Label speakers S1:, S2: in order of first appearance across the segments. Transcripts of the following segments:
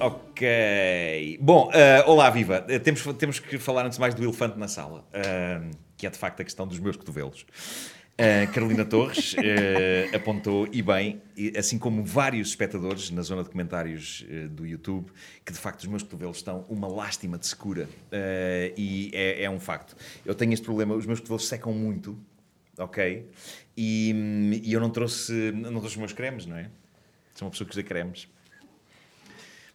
S1: Ok. Bom, eh, olá, viva. Eh, Temos, temos que falar antes de mais do elefante na sala, eh, que é de facto a questão dos meus cotovelos. Eh, Carolina Torres eh, apontou, e bem, e assim como vários espectadores na zona de comentários eh, do YouTube, que de facto os meus cotovelos estão uma lástima de secura. Eh, e é, é um facto. Eu tenho este problema, os meus cotovelos secam muito, ok? E, hum, e eu não trouxe, não trouxe os meus cremes, não é? Sou uma pessoa que usa cremes.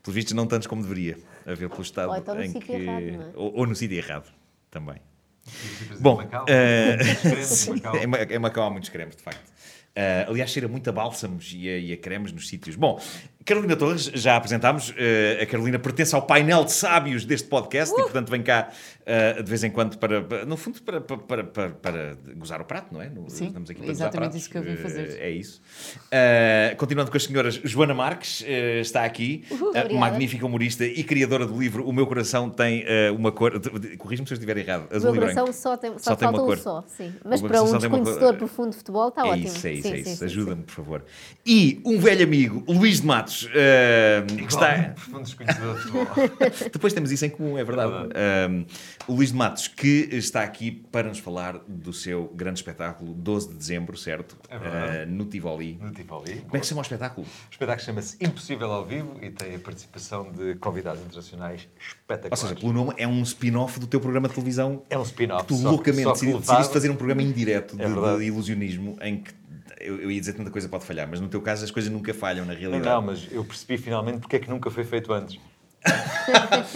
S1: Pelos vistos, não tantos como deveria, a ver pelo estado
S2: Ou então no
S1: em
S2: sítio
S1: que.
S2: errado, não é?
S1: ou, ou no sítio errado, também.
S3: Visitas em
S1: Bom,
S3: Macau,
S1: eh,
S3: cremes em
S1: sim, é
S3: Macau.
S1: em, Ma- em Macau há muitos cremes, de facto. Eh, aliás, cheira muito a bálsamos e a, e a cremes nos sítios. Bom, Carolina Torres, já a apresentámos. Eh, a Carolina pertence ao painel de sábios deste podcast
S4: Uh!
S1: e, portanto, vem cá eh, de vez em quando para, para- no fundo, para, para, para, para- para gozar o prato, não é? No-
S4: Sim,
S1: gozar
S4: exatamente isso que eu vim
S1: Eh,
S4: fazer.
S1: é isso. Eh, continuando com as senhoras, Joana Marques eh, está aqui, eh,
S2: obrigada.
S1: magnífica humorista e criadora do livro O Meu Coração Tem eh, uma Cor. de- de- Corrijo-me se eu estiver errado.
S2: O
S1: Azul
S2: meu
S1: e branco.
S2: coração só, tem, só,
S1: Só tem
S2: falta
S1: uma
S2: um
S1: cor.
S2: só, sim. Mas
S1: meu
S2: para
S1: coração
S2: um
S1: só tem uma cor.
S2: desconhecedor profundo de futebol está
S1: é
S2: ótimo.
S1: isso, é isso,
S2: Sim,
S1: é
S2: sim,
S1: isso.
S2: sim,
S1: Ajuda-me, por favor. E um velho amigo, Luís de Matos, eh, que está.
S3: Igualmente Profundo desconhecedor de futebol.
S1: Depois temos isso em comum, é verdade. Eh, o Luís de Matos, que está aqui para nos falar do seu grande espetáculo, 12 de dezembro, certo?
S3: É verdade.
S1: Eh, no Tivoli.
S3: No Tivoli.
S1: Como é que se chama o espetáculo?
S3: O espetáculo chama-se Impossível ao Vivo e tem a participação de convidados internacionais
S1: Ou
S3: espetaculares.
S1: seja, pelo nome, é um spin-off do teu programa de televisão.
S3: É um spin-off.
S1: que tu
S3: só-
S1: loucamente
S3: só que
S1: decidi-
S3: levado-
S1: decidiste fazer um programa indireto de,
S3: É verdade.
S1: de ilusionismo em que eu, eu ia dizer tanta coisa pode falhar, mas no teu caso as coisas nunca falham na
S3: Não,
S1: realidade.
S3: não, mas eu percebi finalmente porque é que nunca foi feito antes.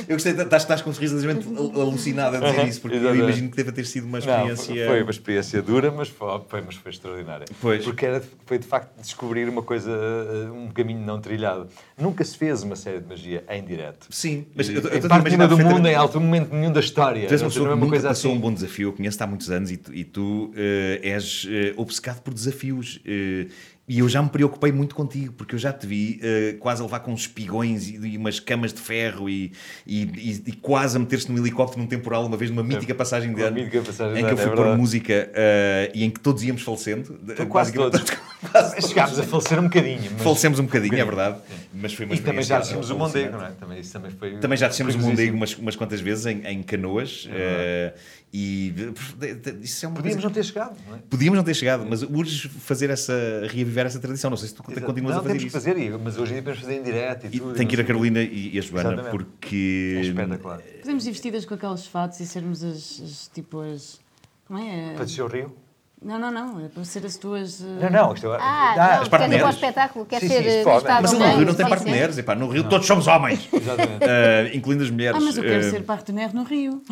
S1: Eu gostei, estás, estás com um sorriso ligeiramente al- alucinado a dizer
S3: Uhum,
S1: isso, porque eu
S3: exatamente.
S1: imagino que deve ter sido uma
S3: Não,
S1: experiência.
S3: foi uma experiência dura, mas foi, foi- mas foi extraordinária.
S1: Pois.
S3: Porque era, foi de facto descobrir uma coisa, eh, um caminho não trilhado. Nunca se fez uma série de magia em direto.
S1: Sim, mas
S3: E-
S1: eu, eu
S3: em
S1: estou a
S3: parte
S1: imaginar
S3: nenhuma do mundo,
S1: perfeitamente-
S3: em alto momento nenhum da história.
S1: Tu és uma
S3: Não sei,
S1: pessoa
S3: não é
S1: que
S3: uma
S1: nunca
S3: coisa
S1: passou
S3: assim.
S1: um bom desafio, eu conheço-te há muitos anos e tu, e tu, eh, és eh, obcecado por desafios. eh, e eu já me preocupei muito contigo, porque eu já te vi eh, quase a levar com uns espigões e, e umas camas de ferro e, e- e- e quase a meter-se num helicóptero num temporal, uma vez numa mítica passagem de
S3: É. uma
S1: ano,
S3: mítica passagem de
S1: em que eu
S3: ano, é
S1: fui pôr
S3: verdade.
S1: música eh, e em que todos íamos falecendo. De-
S3: Quase
S1: basicamente,
S3: todos. Chegámos a falecer um bocadinho. mas-
S1: Falecemos um bocadinho, é verdade, mas assim, foi uma
S3: E também
S1: experiência
S3: já descemos o
S1: alucinante.
S3: Mondego, não é? Também, isso também foi.
S1: Também já descemos o Mondego
S3: perigosíssimo.
S1: umas, umas quantas vezes em, em canoas eh, e pff, isso é uma coisa-
S3: É Podíamos não ter chegado, não é?
S1: Podíamos não ter chegado, mas urge fazer essa, reavivar essa tradição. Não sei se tu
S3: Exato.
S1: continuas
S3: não,
S1: a fazer
S3: temos
S1: isso.
S3: que fazer, e- mas hoje em dia podemos fazer em direto e,
S1: E
S3: tudo. É
S1: tem
S3: não
S1: que ir a
S3: sei.
S1: Carolina e e a Joana,
S3: Exatamente. É
S1: porque.
S3: espetacular.
S4: Podemos ir vestidas com aqueles fatos e sermos as, as, tipo as. Como é?
S3: Para descer o rio?
S4: Não, não, não. É para ser as tuas.
S3: Não,
S4: eh,
S3: não, isto é.
S2: Ah,
S3: dá-
S1: as
S2: não, quer dizer para o
S1: parteneres.
S2: espetáculo, quer
S3: Sim,
S2: ser
S3: sim, isso
S2: eh,
S3: pode.
S2: gastado
S1: Mas
S2: ao
S1: ele no
S2: meio,
S4: um
S1: Rio não tem
S2: pode ser.
S1: parteneres. Epá, no Rio todos somos homens,
S3: Exatamente.
S1: eh, incluindo as mulheres.
S4: Ah, mas eu quero
S1: Eh,
S4: ser partener no Rio.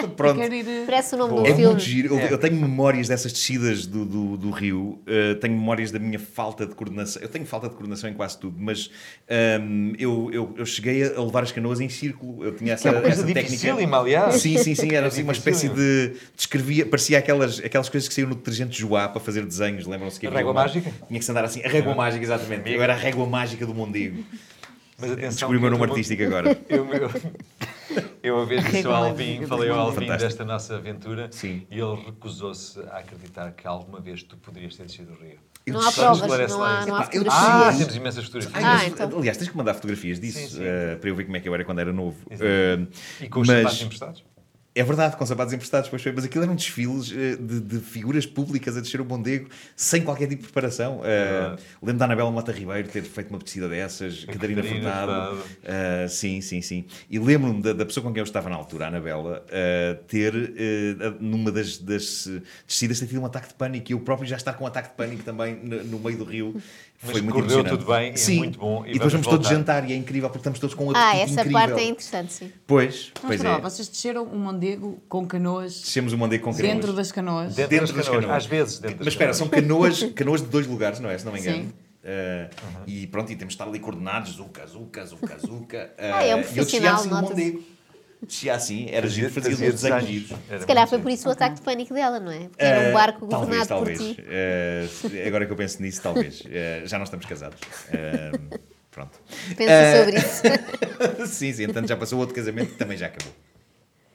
S4: Eu
S1: Pronto.
S4: quero ir. eh,
S2: Parece o nome do
S1: É
S2: um filme.
S1: muito giro. Eu, eu tenho memórias dessas descidas do, do, do rio, uh, tenho memórias da minha falta de coordenação. Eu tenho falta de coordenação em quase tudo, mas um, eu, eu, eu cheguei a levar as canoas em círculo. Eu tinha essa,
S3: é uma coisa
S1: essa
S3: dificílima,
S1: técnica.
S3: aliás.
S1: Sim, sim, sim. Era
S3: É
S1: assim, uma espécie de. Descrevia, parecia aquelas, aquelas coisas que saíam no detergente Joá para fazer desenhos. Lembram-se que
S3: A
S1: havia
S3: régua
S1: uma-
S3: mágica?
S1: Tinha que se andar assim. A régua mágica, exatamente. Eu era a régua mágica do Mondego.
S3: Mas atenção.
S1: Descobri o meu
S3: que
S1: nome
S3: eu-
S1: artístico agora.
S3: Eu, eu, eu uma
S2: É
S3: vez disse ao Alvin, falei ao Alvin
S1: Fantástico.
S3: desta nossa aventura
S1: Sim.
S3: e ele recusou-se a acreditar que alguma vez tu poderias ter descido o rio.
S1: Eu
S2: Não há
S1: desci-
S3: Só nos
S2: provas,
S3: esclarece
S2: não
S3: lá
S2: há,
S3: isso.
S2: não há
S1: Epá, eu
S3: Ah,
S1: Sim.
S2: fotografias.
S3: temos imensas fotografias.
S1: Ai,
S2: Ah,
S1: mas-
S2: então.
S1: Aliás, tens que mandar fotografias disso
S3: Sim, sim.
S1: eh, para eu ver como é que eu era quando era novo.
S3: Exato.
S1: Eh,
S3: e com os
S1: mas-
S3: sapatos emprestados?
S1: É verdade, com sapatos emprestados, pois foi, mas aquilo eram desfiles eh, de, de figuras públicas a descer o Mondego sem qualquer tipo de preparação. Eh, lembro da Anabela Mota Ribeiro ter feito uma pesquisa dessas, Catarina
S3: Catarina
S1: Furtado.
S3: Furtado.
S1: eh, sim, sim, sim. E lembro-me da, da pessoa com quem eu estava na altura, a Anabela, eh, ter, eh, a- numa das, das eh, descidas, ter tido um ataque de pânico e eu próprio já estar com um ataque de pânico também no, no meio do rio.
S3: Mas
S1: foi muito
S3: correu
S1: emocionante.
S3: tudo bem, é
S1: sim.
S3: muito bom, e
S1: E, depois vamos
S3: vamos
S1: todos
S3: voltar.
S1: jantar e é incrível porque estamos todos com outro
S2: Ah,
S1: tipo
S2: essa
S1: incrível.
S2: parte é interessante, sim.
S1: Pois,
S4: Mas
S1: pois
S4: espera lá,
S1: é.
S4: vocês desceram o Mondego com canoas
S1: Descemos o Mondego com cremas.
S4: dentro das canoas.
S3: Dentro, das, canoas. Às vezes, dentro das
S1: Mas espera,
S3: canoas.
S1: são canoas, canoas de dois lugares, não é? Se não me engano.
S4: Sim.
S1: Eh, E pronto, e temos de estar ali coordenados, zuca, zuca, zuca, zuca.
S2: Ah, é um
S1: eh, e eu desviava-se
S2: profissional,
S1: no
S2: nota-se.
S1: Mondego. Descia assim, era giro, fazia
S3: fazia
S1: uns desenhos giros.
S3: Era
S2: Se calhar
S3: muito
S2: foi
S3: giro.
S2: por isso o ataque de pânico dela, não é? Porque era um barco
S1: Ah, talvez,
S2: governado
S1: talvez.
S2: por ti.
S1: Ah, se- agora que eu penso nisso, talvez. Ah, já não estamos casados. Ah, pronto.
S2: Pensa
S3: Eh,
S1: Ah,
S2: sobre isso.
S1: sim, sim, entanto já passou outro casamento que também já acabou.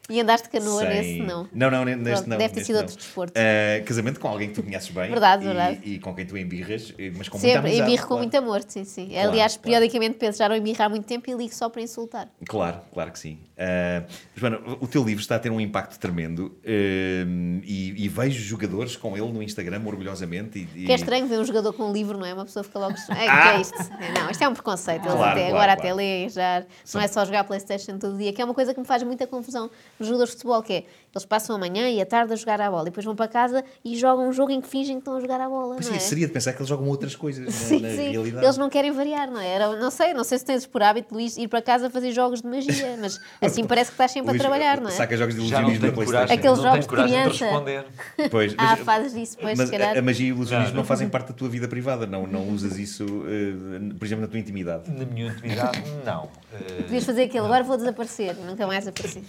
S2: E andaste canoa
S1: Sem-
S2: nesse, não.
S1: Não, não, ne- neste
S2: Pronto,
S1: não.
S2: deve ter
S1: neste
S2: sido
S1: não.
S2: outro desporto.
S1: Ah, casamento com alguém que tu conheces bem.
S2: Verdade,
S1: e,
S2: verdade.
S1: E com quem tu embirras, eh, mas com muita
S2: Sempre,
S1: amizade.
S2: embirro com
S1: claro.
S2: muito amor, sim, sim.
S1: Claro,
S2: Aliás,
S1: claro.
S2: periodicamente penso, já não embirro há muito tempo e ligo só para insultar.
S1: Claro, claro que sim. Ah, Joana, o teu livro está a ter um impacto tremendo ah, e, e vejo jogadores com ele no Instagram orgulhosamente. E, e-
S2: Que é estranho ver um jogador com um livro, não é? Uma pessoa fica logo estranha. É,
S1: Ah!
S2: que é isto? É, não, isto é um preconceito. Eles
S1: Claro,
S2: até,
S1: claro,
S2: agora
S1: claro.
S2: até leem, já não é só jogar Playstation todo dia, que é uma coisa que me faz muita confusão nos jogadores de futebol, que é, eles passam a manhã e a tarde a jogar à bola, e depois vão para casa e jogam um jogo em que fingem que estão a jogar à bola,
S1: Pois
S2: não
S1: é,
S2: é?
S1: seria de pensar que eles jogam outras coisas na-
S2: Sim,
S1: na,
S2: sim.
S1: realidade.
S2: Eles não querem variar, não é? Era- não sei, não sei se tens por hábito, Luís, ir para casa fazer jogos de magia, mas assim parece que estás sempre
S1: Luís,
S2: a trabalhar, não é?
S1: Saca jogos de
S3: Já não
S1: ilusionismo da
S3: tenho
S1: PlayStation.
S3: coragem,
S2: Aqueles
S3: não tenho
S2: jogos de
S3: coragem para
S2: criança.
S3: responder.
S1: Pois,
S2: Há fases disso, Ah, pois,
S1: mas
S2: se calhar.
S1: a, a magia e o ilusionismo não,
S3: Não, não.
S1: fazem parte da tua vida privada, não, não usas isso, eh, por exemplo, na tua intimidade.
S3: Na minha intimidade, não. Eh,
S2: Devias fazer aquilo, agora vou desaparecer, nunca mais apareci.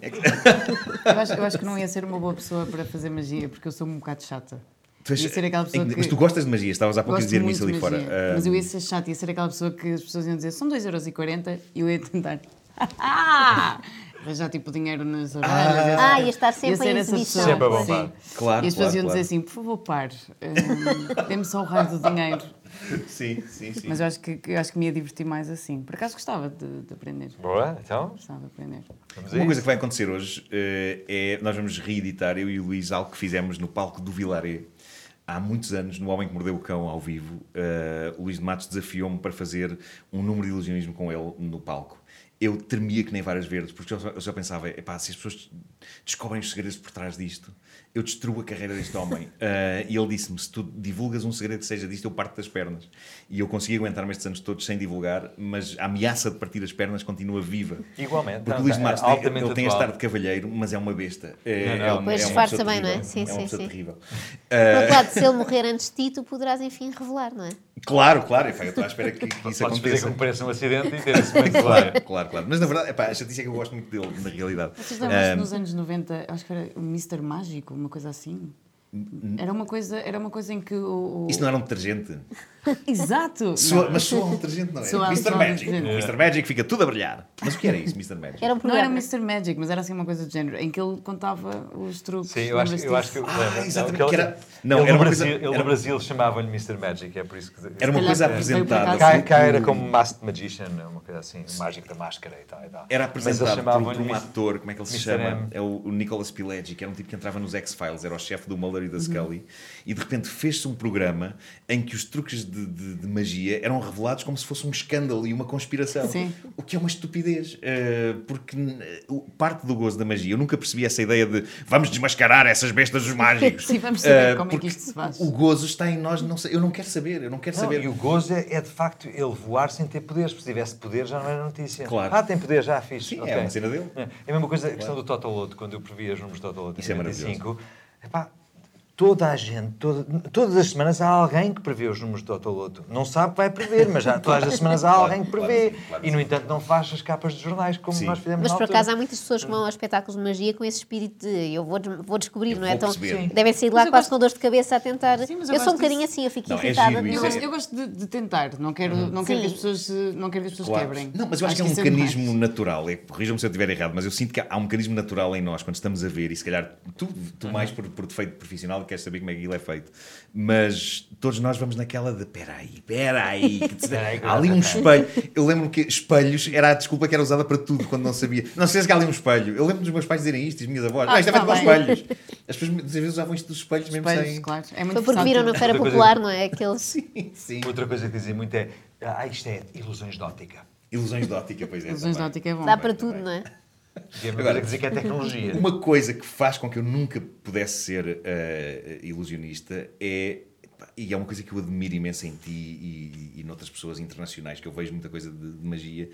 S4: Eu acho, eu acho que não ia ser uma boa pessoa para fazer magia, porque eu sou um bocado chata.
S1: Tu és-
S4: Ia ser aquela pessoa
S1: Mas
S4: que-
S1: tu gostas de magia, estavas há pouco a
S4: Gosto
S1: dizer-me
S4: muito
S1: isso
S4: de
S1: ali
S4: magia,
S1: fora. Ah,
S4: Mas eu ia ser chata, ia ser aquela pessoa que as pessoas iam dizer são 2,40€ e eu ia tentar. Arranjar tipo dinheiro nas orelhas.
S2: Ah, ia estar sempre
S4: ia ser
S2: em
S4: essa
S2: exibição.
S4: pessoa.
S3: Sempre a bombar.
S4: Sim.
S1: Claro,
S4: E as pessoas
S1: claro,
S4: iam
S1: claro.
S4: dizer assim: por favor, pare, hum, dê-me só o raio do dinheiro.
S1: Sim, sim, sim.
S4: Mas eu acho que, que- eu acho que me ia divertir mais assim. Por acaso gostava de, de aprender.
S3: Boa, então,
S4: Gostava de aprender.
S3: vamos a
S1: Uma
S3: isso.
S1: coisa que vai acontecer hoje eh, é nós vamos reeditar, eu e o Luís, algo que fizemos no palco do Vilaré há muitos anos, no Homem que Mordeu o Cão, ao vivo. Eh, o Luís de Matos desafiou-me para fazer um número de ilusionismo com ele no palco. Eu tremia que nem várias verdes, porque eu só, eu só pensava, epá, se as pessoas descobrem os segredos por trás disto, eu destruo a carreira deste homem. Eh, e ele disse-me, se tu divulgas um segredo que seja disto, eu parto das pernas. E eu consegui aguentar-me estes anos todos sem divulgar, mas a ameaça de partir as pernas continua viva.
S3: Igualmente.
S1: Porque
S3: não,
S1: o Luís
S3: não,
S1: Matos
S3: é
S1: tem, ele
S3: altamente
S1: tem
S3: atual.
S1: este ar de cavalheiro, mas é uma besta. É,
S3: Não, não.
S1: é uma,
S2: Pois
S1: é uma
S2: disfarça
S1: pessoa
S2: bem, não é?
S1: terrível.
S2: Sim,
S1: é uma
S2: sim,
S1: pessoa
S2: sim.
S1: terrível.
S2: Por
S1: É.
S2: outro lado, se ele morrer antes de ti, tu poderás enfim revelar, não é?
S1: Claro, claro. epá, Eu estou à espera que, que isso
S3: Podes fazer
S1: aconteça.
S3: como parece um acidente e ter esse momento lá.
S1: Claro, claro, claro. Mas na verdade, epá, a chatice é que eu gosto muito dele, na realidade.
S4: Vocês lembram-se
S1: Ah,
S4: nos anos 90, acho que era o Mr. Mágico, uma coisa assim? Era uma coisa, era uma coisa em que o. o-
S1: isso não era um detergente.
S4: Exato!
S1: Soa-
S4: Não.
S1: mas soa um detergente, não é?
S4: Soa-
S1: Mr.
S4: soa um
S1: Magic. O
S4: detergente.
S1: Mr. Magic fica tudo a brilhar. Mas o que era isso, Mr. Magic?
S2: Era um
S4: Não é?
S2: programa.
S4: era o Mr. Magic, mas era assim uma coisa do género, em que ele contava os truques.
S3: Sim, eu acho,
S4: lembras-te
S3: eu acho que
S4: disso?
S3: eu
S1: Ah,
S3: lembro.
S1: exatamente,
S3: Não,
S1: que
S3: ele,
S1: era- não,
S3: ele
S1: era
S3: no
S1: uma
S3: Brasil,
S1: coisa-
S3: ele no
S1: era-
S3: Brasil chamavam-lhe Mr. Magic, é por isso que.
S1: Era uma
S4: Se
S1: coisa
S4: calhar veio por
S1: apresentada. assim.
S4: acaso.
S3: Cá,
S1: foi-
S3: cá era como Masked Magician, uma coisa assim, o mágico da máscara e tal. E tal.
S1: Era
S3: Mas eles
S1: apresentado por,
S3: chamavam-lhe
S1: por um
S3: Mr.
S1: ator, como é que ele se
S3: Mr.
S1: chama?
S3: M.
S1: É o, o Nicholas Pileggi, que era um tipo que entrava nos X-Files, era o chefe do Muller e
S4: Uhum.
S1: da Scully, e de repente fez-se um programa em que os truques de, de- de magia eram revelados como se fosse um escândalo e uma conspiração.
S4: Sim.
S1: O que é uma estupidez, eh, porque eh, o- parte do gozo da magia, eu nunca percebi essa ideia de vamos desmascarar essas bestas dos mágicos.
S4: Sim, vamos saber
S1: Eh,
S4: como é que
S1: porque
S4: isto se faz.
S1: O gozo está em nós, não sei- eu não quero saber, eu não quero
S3: Não,
S1: saber.
S3: e o gozo é, é, de facto ele voar sem ter poderes, porque se tivesse poder já não era notícia.
S1: Claro.
S3: Ah, tem poder, já fiz.
S1: Sim, é uma cena dele.
S3: É a mesma coisa a questão do Totoloto, quando eu previ os números do Totoloto
S1: Isso é
S3: em 95. epá, toda a gente, toda- todas as semanas há alguém que prevê os números do Totoloto. Não sabe que vai prever, mas já todas as semanas há alguém que
S1: claro,
S3: prevê.
S1: sim, claro,
S3: e no entanto não faz as capas dos jornais como
S1: Sim.
S3: nós fizemos
S2: Mas
S3: na
S2: por
S3: altura.
S2: acaso há um muitas pessoas que vão a espetáculos de magia com esse espírito de eu vou, des- vou descobrir,
S1: Eu
S2: não
S1: vou
S2: é? Então,
S1: perceber. Sim.
S2: devem sair de lá
S4: Mas eu
S2: quase com dores de cabeça a tentar.
S4: Sim,
S2: eu
S4: mas eu
S2: sou um
S4: gosto
S2: bocadinho
S4: disso.
S2: assim, eu fico
S1: Não, é
S2: irritada.
S1: giro
S2: de
S1: isso,
S4: Eu
S2: não-
S1: é-
S4: gosto, eu gosto de, de tentar, não quero, não quero que as
S2: Sim.
S4: pessoas, eh, não quero que as pessoas
S1: Uhum. Claro.
S4: quebrem.
S1: Não, mas eu acho, que é um
S4: isso demais.
S1: mecanismo natural. é, Corrijam-me se eu estiver errado, mas eu sinto que há um mecanismo natural em nós quando estamos a ver, e se calhar tu, tu mais
S4: Uhum.
S1: por, por defeito profissional queres saber como é que aquilo é feito. Mas todos nós vamos naquela de peraí, peraí, que te- há ali um espelho. Eu lembro que espelhos era a desculpa que era usada para tudo quando não sabia. Não sei se há ali um espelho. Eu lembro dos meus pais dizerem isto, e as minhas avós.
S4: Ah,
S1: não, isto é feito
S4: tá
S1: com
S4: bem."
S1: espelhos. As pessoas às vezes usavam isto dos espelhos, mesmo
S4: Espelhos,
S1: sem.
S4: claro. É muito
S2: Foi porque viram na
S4: versátil.
S2: Feira
S3: Outra coisa-
S2: Popular, não é? Aqueles.
S1: Sim, sim.
S3: Outra coisa que dizem muito é, ah, isto é ilusões de óptica.
S1: Ilusões de ótica, pois é.
S4: Ilusões de
S1: também.
S4: ótica é bom.
S2: Dá para
S1: Também,
S2: tudo,
S1: também.
S2: não é?
S3: Que é uma
S1: Agora-
S3: coisa que dizem que é tecnologia.
S1: Uma coisa que faz com que eu nunca pudesse ser eh, ilusionista é. pá, E é uma coisa que eu admiro imenso em ti e, e noutras pessoas internacionais, que eu vejo muita coisa de, de magia.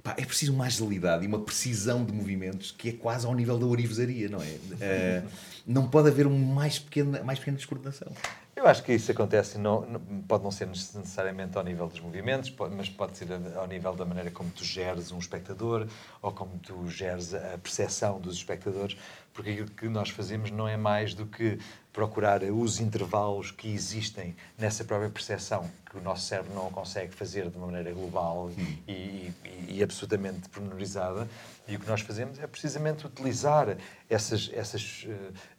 S1: Pá, é preciso uma agilidade e uma precisão de movimentos que é quase ao nível da orivesaria, não é? Eh, não pode haver um mais pequeno, mais pequena descoordenação.
S3: Eu acho que isso acontece, não, não- pode não ser necessariamente ao nível dos movimentos, po- mas pode ser a- ao nível da maneira como tu geres um espectador ou como tu geres a percepção dos espectadores, porque aquilo que nós fazemos não é mais do que procurar os intervalos que existem nessa própria percepção, que o nosso cérebro não consegue fazer de uma maneira global e, e- e absolutamente pormenorizada. E o que nós fazemos é precisamente utilizar essas, essas, eh,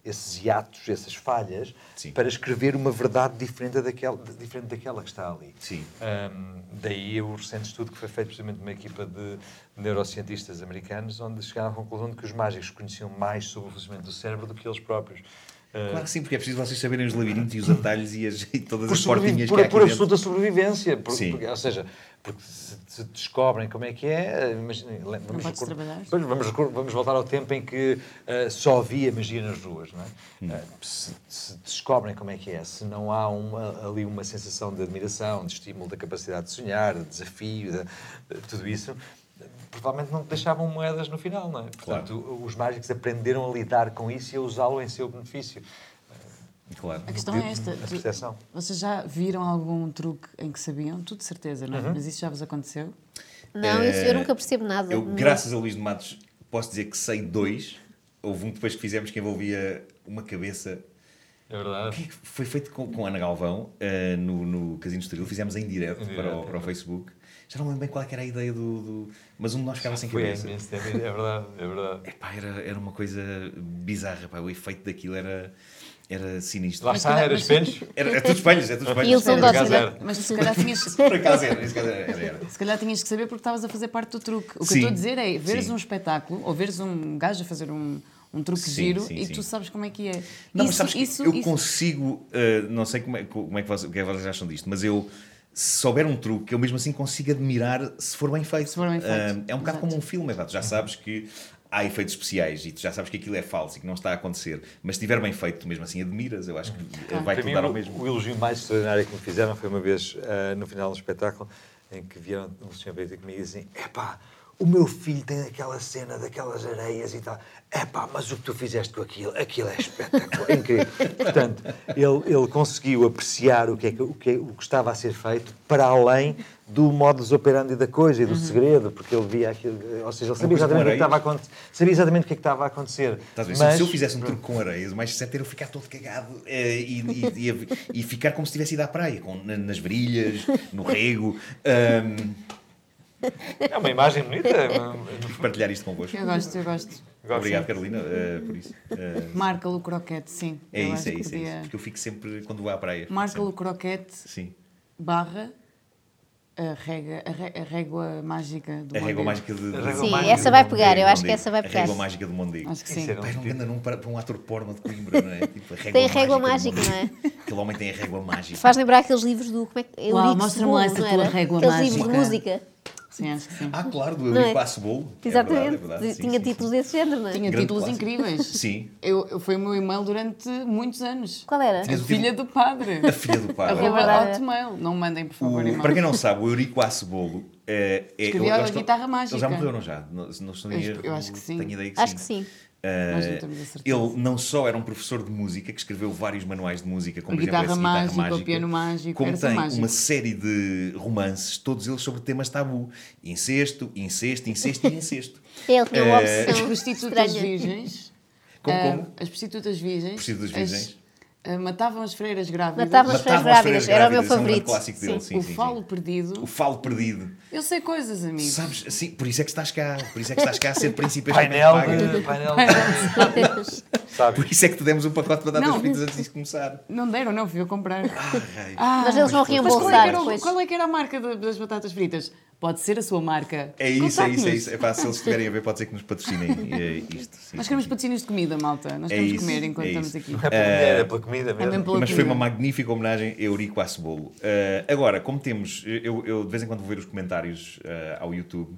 S3: esses hiatos, essas falhas,
S1: Sim.
S3: para para escrever uma verdade diferente daquela, de- diferente daquela que está ali.
S1: Sim.
S3: Ahm, daí o recente estudo que foi feito precisamente de uma equipa de neurocientistas americanos, onde chegaram à conclusão de que os mágicos conheciam mais sobre o funcionamento do cérebro do que eles próprios. Ah,
S1: Claro que sim, porque é preciso vocês saberem os labirintos e os atalhos e, as, e todas
S3: por,
S1: as
S3: sobrevi-
S1: portinhas
S3: por-
S1: que há aqui
S3: por
S1: dentro.
S3: absoluta sobrevivência. por-
S1: Sim.
S3: porque- ou seja, porque se, se descobrem como é que é, eh, imaginem, le- vamos,
S4: podes
S3: recor-
S4: trabalhar?
S3: Pois, vamos, recor- vamos voltar ao tempo em que eh, só havia magia nas ruas. Não é?
S1: Hum.
S3: Eh, se, se descobrem como é que é, se não há uma- ali uma sensação de admiração, de estímulo, da capacidade de sonhar, de desafio, de, de tudo isso, eh, provavelmente não te deixavam moedas no final. Não é? Portanto, os mágicos aprenderam a lidar com isso e a usá-lo em seu benefício.
S1: Claro.
S4: A questão
S3: de-
S4: é esta.
S3: a
S4: tu-
S3: percepção.
S4: vocês já viram algum truque em que sabiam? Tudo de certeza,
S1: Uhum.
S4: não é? Mas isso já vos aconteceu?
S2: Não,
S1: Eh,
S2: isso eu nunca percebo nada.
S1: Eu, graças a Luís de Matos, posso dizer que sei dois. Houve um depois que fizemos que envolvia uma cabeça.
S3: É verdade.
S1: que Foi feito com, com a Ana Galvão eh, no, no Casino de Estoril. Fizemos em direto
S3: Em
S1: para, o,
S3: direto,
S1: para o Facebook. Já não lembro bem qual é que era a ideia do... do- Mas um de nós ficava sem
S3: Foi
S1: cabeça.
S3: imenso tempo, é verdade, é verdade.
S1: Epá, era, era uma coisa bizarra. Pá. O efeito daquilo era, era sinistro.
S3: Lá está, era espelhos.
S1: Era, é tudo espelhos, é tudo espelhos.
S2: E o som
S3: Por
S2: Dócil,
S3: acaso
S2: né?
S3: era.
S4: Mas se calhar tinhas.
S1: Por acaso era, isso que era, era, era.
S4: Se calhar tinhas que saber porque estavas a fazer parte do truque. O que
S1: Sim.
S4: eu estou a dizer é, veres
S1: Sim.
S4: um espetáculo ou veres um gajo a fazer um, um truque
S1: Sim,
S4: giro
S1: sim,
S4: e
S1: sim.
S4: tu sabes como é que é.
S1: Não, mas
S4: Isso-
S1: sabes que
S4: isso-
S1: eu
S4: isso-
S1: consigo, uh, não sei como é, como é que vocês, o que é que vocês acham disto, mas eu, se souber um truque, eu mesmo assim consigo admirar se for bem feito.
S4: Se for bem feito.
S1: Uh, é um bocado
S4: Exato.
S1: como um filme, é pá, tu já sabes que há efeitos especiais e tu já sabes que aquilo é falso e que não está a acontecer, mas se estiver bem feito, tu mesmo assim admiras, eu acho que
S4: Ah,
S1: uh, vai
S3: Para
S1: tudo
S3: mim,
S1: dar ao
S3: o,
S1: mesmo.
S3: o elogio mais extraordinário que me fizeram foi uma vez ah, no final do espetáculo em que vieram um senhor para ter comigo e dizem: Epá, o meu filho tem aquela cena daquelas areias e tal. Epá, mas o que tu fizeste com aquilo, aquilo é espetacular, incrível. Portanto, ele, ele conseguiu apreciar o que, é que- o, que, é- o que estava a ser feito para além do modus operandi da coisa e do segredo, porque ele via aquilo, ou seja, ele sabia
S1: Uhum. coisa com
S3: exatamente, o que é que estava a
S1: areias.
S3: aconte- sabia exatamente o que é que estava a acontecer.
S1: Estás a ver? Se- se eu fizesse um truque com areias, o mais certo era eu ficar todo cagado eh, e, e- e- e ficar como se tivesse ido à praia, com, na- nas varilhas, no rego. Um,
S3: É uma imagem bonita, um
S1: partilhar isto convosco.
S4: Eu gosto, eu gosto.
S3: Gosto
S1: Obrigado, Carolina, eh, por isso. Eh,
S4: Marca-lhe o croquete, sim.
S1: É
S4: Eu
S1: isso,
S4: acho
S1: é
S4: que
S1: isso, é
S4: podia-
S1: isso. Porque eu fico sempre quando vou à praia.
S4: Marca-lhe o
S1: sempre.
S4: croquete
S1: Sim.
S4: barra a, rega, a, re- a régua mágica do
S1: A régua
S4: Mondeiro.
S1: mágica de.
S3: A régua
S2: Sim,
S3: mágica
S2: essa
S3: do
S2: vai
S3: Mondego,
S2: pegar, eu acho que
S1: Mondego.
S2: essa vai
S1: A
S2: pegar.
S1: régua mágica de Mondego.
S4: Acho que
S3: Isso
S4: sim.
S3: era um
S1: Pá, era um
S3: tipo-
S1: grande nome para, para um ator porno de Coimbra, não é? Tipo, a régua
S2: Tem a régua
S1: mágica de
S2: mágica,
S1: Mondego. Aquele homem tem a régua mágica.
S2: Faz lembrar aqueles livros do. Como é que.
S4: Uau,
S2: Eurico
S4: mostra-me lá
S2: Sebolo,
S4: essa
S2: não
S4: tua
S2: era?
S4: régua
S2: Aqueles livros de
S4: mágica.
S2: música.
S4: Sim, acho que sim.
S1: Ah, claro, do
S2: Não é?
S1: Eurico Acebolo. É
S2: Exatamente.
S1: verdade, é verdade, sim,
S2: Tinha
S1: sim,
S2: títulos
S1: sim.
S2: desse género, não é?
S4: Tinha
S1: Grande
S4: títulos
S1: clássico.
S4: incríveis.
S1: Sim.
S4: Eu, eu- foi o meu e-mail durante muitos anos.
S2: Qual era?
S4: A
S1: Tinhas o
S4: filha do padre.
S1: A filha do padre.
S2: É
S4: Arroba
S2: verdade.
S4: hotmail. Não mandem, por favor,
S1: O-
S4: e-mail.
S1: para quem não sabe, o Eurico Acebolo é. é
S4: Escreveu a Guitarra Mágica.
S1: Ele já morreu, não já? Não, se não estou em
S4: Eu-
S1: erro,
S4: eu acho que sim.
S1: Tenho ideia que sim.
S2: Acho que sim.
S1: Eh,
S4: Nós não temos a certeza.
S1: ele não só era um professor de música que escreveu vários manuais de música, como
S4: A
S1: por exemplo,
S4: guitarra
S1: esse
S4: mágica, o piano mágico,
S1: como
S4: era
S1: tem
S4: tudo mágico.
S1: uma série de romances, todos eles sobre temas tabu: incesto, incesto, incesto e incesto.
S2: Ele tinha uma
S1: Eh,
S4: As
S2: obsessão.
S4: prostitutas
S2: estranha.
S4: virgens.
S1: Como,
S4: ah,
S1: como?
S4: As prostitutas virgens.
S1: Prostitutas
S4: as-
S1: virgens.
S4: ah, matavam as freiras grávidas.
S2: Matavam as freiras
S1: Matavam as freiras
S2: grávidas, era o meu
S1: grávidas, é um grande
S2: favorito.
S1: clássico dele,
S2: Sim.
S1: sim,
S4: o
S1: sim, sim.
S4: falo perdido.
S1: O falo perdido.
S4: Eu sei coisas, amigo.
S1: Sabes, assim, por isso é que estás cá, por isso é que estás cá a ser príncipe
S3: Painel
S1: paga.
S3: de, painel de-
S1: Por
S3: sabe?
S1: isso é que te demos um pacote de batatas
S4: Não.
S1: fritas antes disso começar.
S4: Não deram, não, fui eu
S1: Ah,
S4: comprar.
S1: raios.
S2: Mas eles não
S4: Mas qual é, que era,
S2: reembolsaram.
S4: o-
S2: um pois.
S4: qual é que era a marca da- das batatas fritas? Pode ser a sua marca.
S1: É isso, é isso, é
S4: Contacte-nos.
S1: isso. É pá, se eles estiverem a ver, pode ser que nos patrocinem eh, isto. sim,
S4: Nós
S1: sim,
S4: queremos
S1: sim.
S4: patrocínios de comida, malta. Nós
S1: É
S4: queremos
S1: isso,
S4: comer enquanto
S1: é
S4: estamos
S1: isso.
S4: aqui.
S3: Não é pela mulher, é pela comida
S4: É bem
S3: mesmo.
S4: pela
S1: Mas foi
S4: comida.
S1: uma magnífica homenagem a Eurico Acebolo. Eh, agora, como temos, eu, eu de vez em quando vou ver os comentários eh, ao YouTube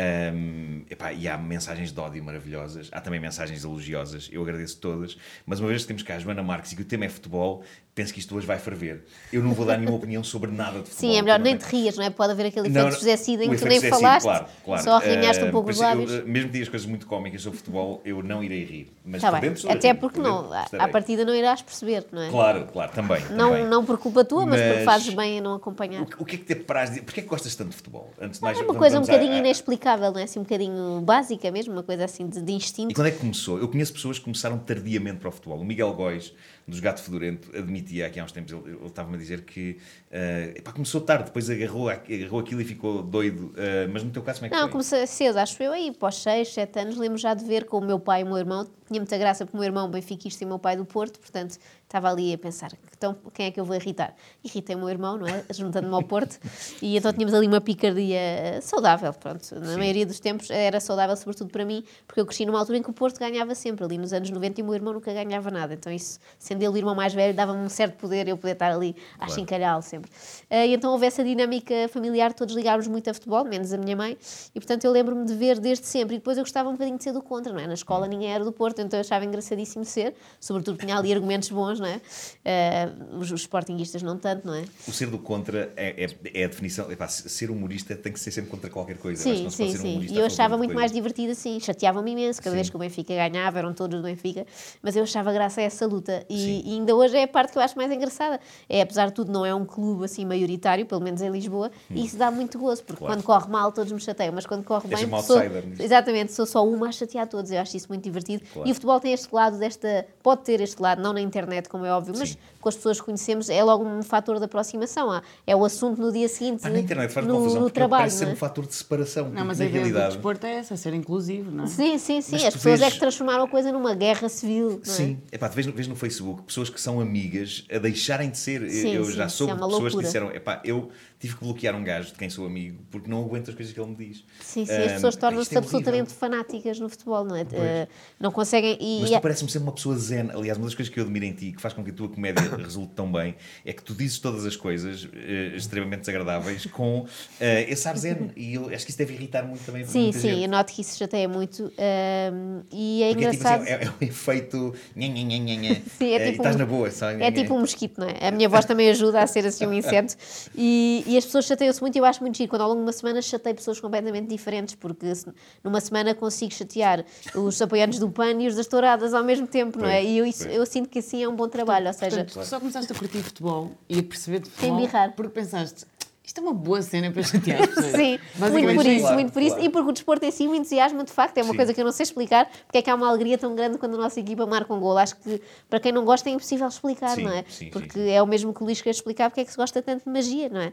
S1: ehm, epá, e há mensagens de ódio maravilhosas, há também mensagens elogiosas, eu agradeço todas, mas uma vez que temos cá a Joana Marques e que o tema é futebol, penso que isto hoje vai ferver. Eu não vou dar nenhuma opinião sobre nada de futebol.
S2: Sim, é melhor
S1: também.
S2: nem te rias, não é? Pode haver aquele
S1: Não,
S2: efeito
S1: não.
S2: José excessivo em
S1: O
S2: que tu
S1: efeito
S2: nem
S1: excessivo,
S2: falaste,
S1: claro, claro.
S2: só arranhaste
S1: Eh,
S2: um pouco
S1: por
S2: os
S1: isso eu,
S2: lábios.
S1: eh, mesmo que digas coisas muito cómicas sobre futebol, eu não irei rir. Mas
S2: Está
S1: por
S2: Tá bem.
S1: dentro sou
S2: Até
S1: eu,
S2: porque
S1: por
S2: não,
S1: dentro
S2: à-
S1: estarei.
S2: à partida não irás perceber, não é?
S1: Claro, claro, também. também.
S2: Não, não por culpa tua, mas, porque
S1: Mas-
S2: fazes bem em não acompanhar.
S1: O, que- o que é que te apraz? de- Porquê é que gostas tanto de futebol? Antes de mais,
S2: É uma
S1: vamos-
S2: coisa um
S1: vamos à-
S2: bocadinho
S1: à-
S2: inexplicável, não é? Assim, um bocadinho básica mesmo, uma coisa assim de, de
S1: E
S2: instinto.
S1: quando é que começou? Eu conheço pessoas que começaram tardiamente para o futebol. O Miguel Góis, dos Gato Fedorento, admitia aqui há uns tempos, ele ele estava-me a dizer que eh, epá, começou tarde, depois agarrou, a- agarrou aquilo e ficou doido. eh, mas no teu caso, como é que
S2: Não,
S1: foi?
S2: comecei cedo, acho eu, aí pós 6, 7 anos, lembro já de ver com o meu pai e o meu irmão. Tinha muita graça porque o meu irmão é benfiquista e o meu pai do Porto, portanto estava ali a pensar, então quem é que eu vou irritar? Irritei o meu irmão, não é? Juntando-me ao Porto. E então tínhamos ali uma picardia eh, saudável, pronto. Na
S1: Sim.
S2: maioria dos tempos era saudável, sobretudo para mim, porque eu cresci numa altura em que o Porto ganhava sempre, ali nos anos 90, e um, o meu irmão nunca ganhava nada. Então isso, sendo ele o irmão mais velho, dava-me um certo poder eu poder estar ali a
S1: Claro.
S2: chincalhá-lo sempre. Eh, e então houve essa dinâmica familiar, todos ligávamos muito a futebol, menos a minha mãe, e portanto eu lembro-me de ver desde sempre. E depois eu gostava um bocadinho de ser do contra, não é? Na escola ninguém era do Porto, então eu achava engraçadíssimo ser, sobretudo tinha ali argumentos bons, não é? Eh, os, os sportinguistas não tanto, não é?
S1: O ser do contra é, é- é a definição. epá, se- ser humorista tem que ser sempre contra qualquer coisa. Eu acho que
S2: Sim,
S1: não se pode
S2: sim,
S1: ser um
S2: sim.
S1: humorista a
S2: E eu
S1: favor de
S2: achava muito
S1: coisa.
S2: mais divertido assim, chateava-me imenso, cada vez
S1: Sim.
S2: que o Benfica ganhava, eram todos do Benfica, mas eu achava graça a essa luta.
S1: Sim.
S2: E, e ainda hoje é a parte que eu acho mais engraçada. É, apesar de tudo, não é um clube assim maioritário, pelo menos em Lisboa, e isso dá muito gozo,
S1: Hum.
S2: porque
S1: Claro.
S2: quando corre mal todos me chateiam, mas quando corre
S1: És
S2: bem.
S1: uma
S2: sou-
S1: outsider nisso.
S2: exatamente, sou só uma a chatear todos, eu acho isso muito divertido.
S1: Claro.
S2: E o futebol tem este lado, desta, pode ter este lado, não na internet, como é óbvio, mas com as pessoas que conhecemos é logo um fator de aproximação. Há- É o assunto no dia seguinte,
S1: Pá, Ah, na internet faz
S2: no,
S1: confusão,
S2: no
S1: porque
S2: trabalho.
S1: parece ser
S2: não é?
S1: um fator de separação. porque
S4: Não, mas a
S1: na
S4: ideia do
S1: realidade.
S4: desporto é essa, ser inclusivo, não é?
S2: Sim, sim, sim.
S1: Mas
S2: As
S1: tu
S2: pessoas é
S1: vês-
S2: que transformaram a coisa numa guerra civil. Não é?
S1: Sim, epá, tu vês, no- vês no Facebook pessoas que são amigas a deixarem de ser. Eu-
S2: Sim,
S1: eu
S2: sim,
S1: já
S2: isso é
S1: soube de
S2: uma
S1: pessoas
S2: loucura.
S1: que disseram: epá, eu tive que bloquear um gajo de quem sou amigo porque não aguento as coisas que ele me diz.
S2: Sim, sim,
S1: Ah,
S2: as pessoas
S1: isto é
S2: tornam-se
S1: horrível.
S2: absolutamente fanáticas no futebol, não é? Eh, não conseguem. E,
S1: Mas
S2: e
S1: tu
S2: é-
S1: parece-me ser uma pessoa zen. Aliás, uma das coisas que eu admiro em ti, que faz com que a tua comédia resulte tão bem, é que tu dizes todas as coisas eh, extremamente desagradáveis com eh, esse ar zen. E eu acho que isso deve irritar muito também.
S2: sim,
S1: muita
S2: sim, é
S1: gente.
S2: eu noto que isso chateia muito. ehm, e é
S1: Porque é, tipo
S2: engraçado.
S1: assim, é, é um efeito. Nhan, nhan, nhan, nhan, nhan.
S2: Sim, é
S1: Eh,
S2: tipo
S1: e estás
S2: um-
S1: na boa, só. nhan,
S2: É
S1: nhan.
S2: tipo um mosquito, não é? A minha voz também ajuda a ser assim um inseto. E, e as pessoas chateiam-se muito e eu acho muito giro. Quando ao longo de uma semana chatei pessoas completamente diferentes, porque se- numa semana consigo chatear os apoiantes do PAN e os das touradas ao mesmo tempo, não é?
S1: Pois,
S2: E eu, isso-
S1: pois.
S2: eu sinto que assim é um bom trabalho, ou seja,
S4: Portanto, tu só começaste a curtir futebol e a perceber de futebol
S2: birrar.
S4: porque pensaste, isto é uma boa cena para chatear as pessoas.
S2: Sim, muito
S4: Basicamente
S2: por
S4: foi
S2: isso,
S1: claro,
S2: muito por isso.
S1: claro.
S2: E porque o desporto em si me entusiasma, de facto, é uma
S1: Sim.
S2: coisa que eu não sei explicar, porque é que há uma alegria tão grande quando a nossa equipa marca um gol. Acho que para quem não gosta é impossível explicar,
S1: Sim,
S2: não
S1: sim,
S2: é?
S1: sim,
S2: porque
S1: sim.
S2: é o mesmo que o Luís quer explicar porque é que se gosta tanto de magia, não é?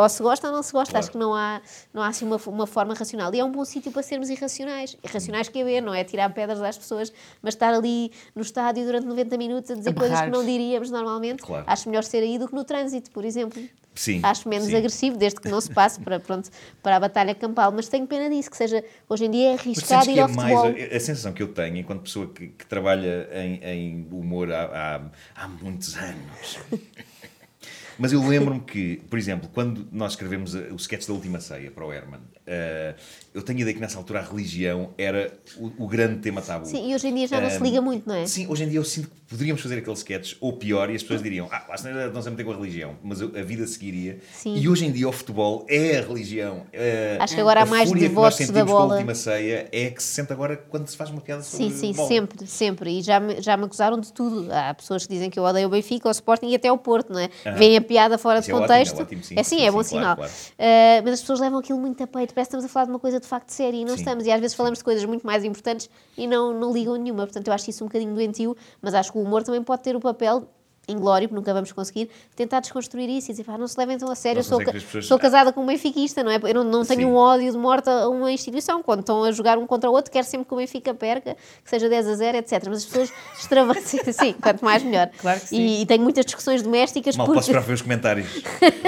S2: Ou se gosta ou não se gosta,
S1: Claro.
S2: acho que não há, não há assim uma, uma forma racional. E é um bom sítio para sermos irracionais. Irracionais que é ver, não é? Tirar pedras às pessoas, mas estar ali no estádio durante 90 minutos a dizer
S4: A
S2: coisas que
S4: barrar-vos.
S2: não diríamos normalmente,
S1: Claro.
S2: acho melhor ser aí do que no trânsito, por exemplo
S1: Sim,
S2: acho menos
S1: sim.
S2: agressivo, desde que não se passe para, pronto, para a batalha campal. Mas tenho pena disso, que seja hoje em dia é
S1: Mas
S2: arriscado
S1: sentes
S2: ir
S1: que é
S2: ao
S1: mais,
S2: futebol.
S1: a, a sensação que eu tenho enquanto pessoa que, que trabalha em, em humor há, há, há muitos anos. Mas eu lembro-me que, por exemplo, quando nós escrevemos eh, o sketch da Última Ceia para o Herman, eh, eu tenho a ideia que nessa altura a religião era o, o grande tema tabu.
S2: Sim, e hoje em dia já não se
S1: Ahm,
S2: liga muito, não é?
S1: Sim, hoje em dia eu sinto que poderíamos fazer aquele sketch, ou pior, e as pessoas diriam, ah, lá se não estão-se a meter com a religião, mas eu- a vida seguiria.
S2: Sim.
S1: E hoje em dia o futebol é a religião. Eh,
S2: Acho que agora há
S1: a
S2: mais
S1: fúria que nós
S2: devotos da
S1: sentimos com a
S2: bola.
S1: Última ceia é que se sente agora quando se faz uma piada sobre
S2: Sim, sim,
S1: bola.
S2: sempre, sempre. E já me, já me acusaram de tudo. Há pessoas que dizem que eu odeio o Benfica, o Sporting e até o Porto, não é? Vêem a piada fora
S1: Isso
S2: de
S1: é ótimo,
S2: contexto.
S1: é ótimo, sim,
S2: é sim,
S1: sim,
S2: é bom
S1: sim,
S2: sinal.
S1: claro, claro.
S2: Uh, mas as pessoas levam aquilo muito a peito. Parece que estamos a falar de uma coisa de facto séria e não
S1: Sim.
S2: estamos. E às vezes falamos de coisas muito mais importantes e não, não ligam nenhuma. Portanto, eu acho isso um bocadinho doentio, mas acho que o humor também pode ter o papel. Inglório, porque nunca vamos conseguir, de tentar desconstruir isso e dizer, pá, não se levem tão a sério.
S1: Não
S2: Eu sou,
S1: sei
S2: ca-
S1: é que as pessoas-
S2: sou casada com um benfiquista, não é? Eu não, não tenho
S1: Sim.
S2: um ódio de morte a uma instituição. Quando estão a jogar um contra o outro, quero sempre que o Benfica perca, que seja 10 a 0, etc. Mas as pessoas extravasam. sim, quanto mais melhor.
S4: Claro que
S2: E- E, tenho muitas discussões domésticas
S1: Mal
S2: porque.
S1: posso esperar para ver os comentários.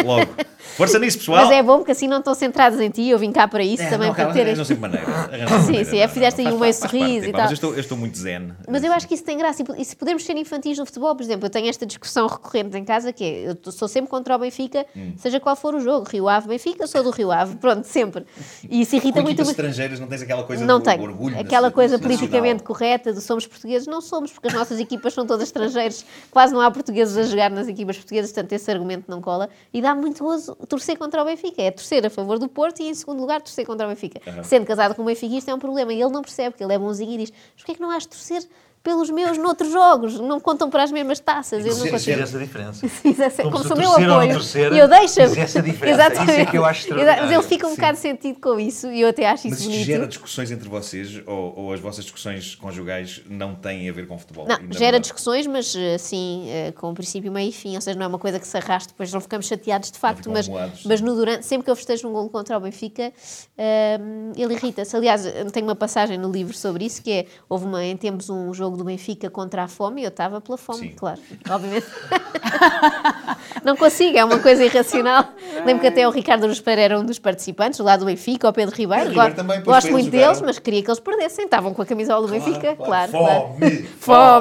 S1: Logo. Força nisso, pessoal.
S2: Mas é bom porque assim não estão centrados em ti, eu vim cá para isso
S1: É,
S2: também
S1: não,
S2: para
S1: calma,
S2: ter
S1: arranjam
S2: este.
S1: sempre maneira. arranjam
S2: Sim,
S1: maneira,
S2: sim, é, fizeste aí
S1: faz
S2: um
S1: parte,
S2: meio
S1: faz parte,
S2: sorriso e
S1: epá,
S2: tal.
S1: Mas eu estou, eu estou muito zen.
S2: Mas eu acho que isso tem graça. E po- E se podemos ser infantis no futebol, por exemplo, eu tenho esta discussão recorrente em casa que é, eu t- sou sempre contra o Benfica,
S1: Hum.
S2: seja qual for o jogo, Rio Ave, Benfica, eu sou do Rio Ave, pronto, sempre. E isso irrita
S1: Com
S2: muito...
S1: equipas
S2: o-
S1: estrangeiras não tens aquela coisa
S2: não
S1: do
S2: tenho.
S1: orgulho.
S2: Aquela
S1: nacional.
S2: coisa politicamente correta de somos portugueses, não somos, porque as nossas equipas são todas estrangeiros, quase não há portugueses a jogar nas equipas portuguesas, portanto esse argumento não cola. E dá muito gozo torcer contra o Benfica. É torcer a favor do Porto e, em segundo lugar, torcer contra o Benfica. Sendo casado com um benfiquista é um problema e ele não percebe, que ele é bonzinho e diz: Mas porquê é que não has de torcer pelos meus noutros jogos? Não contam para as mesmas taças. Eu não
S1: Torcer-
S2: consigo.
S3: Fizesse essa diferença.
S2: Exato,
S3: Como
S2: como
S3: se
S2: sou
S3: o
S2: meu
S3: torcer ou não
S2: apoio.
S3: torcer
S2: E eu deixo.
S3: fizesse a diferença. Isso é que eu acho extraordinário.
S2: Mas ele fica um
S3: Sim.
S2: bocado sentido com isso e eu até acho
S1: Mas
S2: isso é
S1: isto
S2: bonito.
S1: gera discussões entre vocês ou, ou as vossas discussões conjugais não têm a ver com futebol?
S2: Não,
S1: Ainda
S2: gera
S1: não. é.
S2: discussões, mas assim, eh, com princípio, meio e fim. Ou seja, não é uma coisa que se arraste, depois não ficamos chateados de facto,
S1: ficam
S2: mas,
S1: amoados,
S2: mas
S1: sim.
S2: no durante, sempre que eu festejo um gol contra o Benfica, ehm, ele irrita-se. Aliás, eu tenho uma passagem no livro sobre isso, que é, houve uma, em tempos um jogo do Benfica contra a fome, e eu estava pela fome,
S1: Sim.
S2: claro, obviamente. não consigo, é uma coisa irracional. Lembro que até o Ricardo Aruz Pereira era um dos participantes, lá do Benfica, o Pedro Ribeiro.
S1: Pedro Ribeiro
S2: Go-
S1: também, pois,
S2: gosto
S1: foi,
S2: muito
S1: eles jogaram.
S2: deles, mas queria que eles perdessem. Estavam com a camisola do Benfica, claro.
S1: claro.
S2: claro.
S1: Fome,
S2: Fome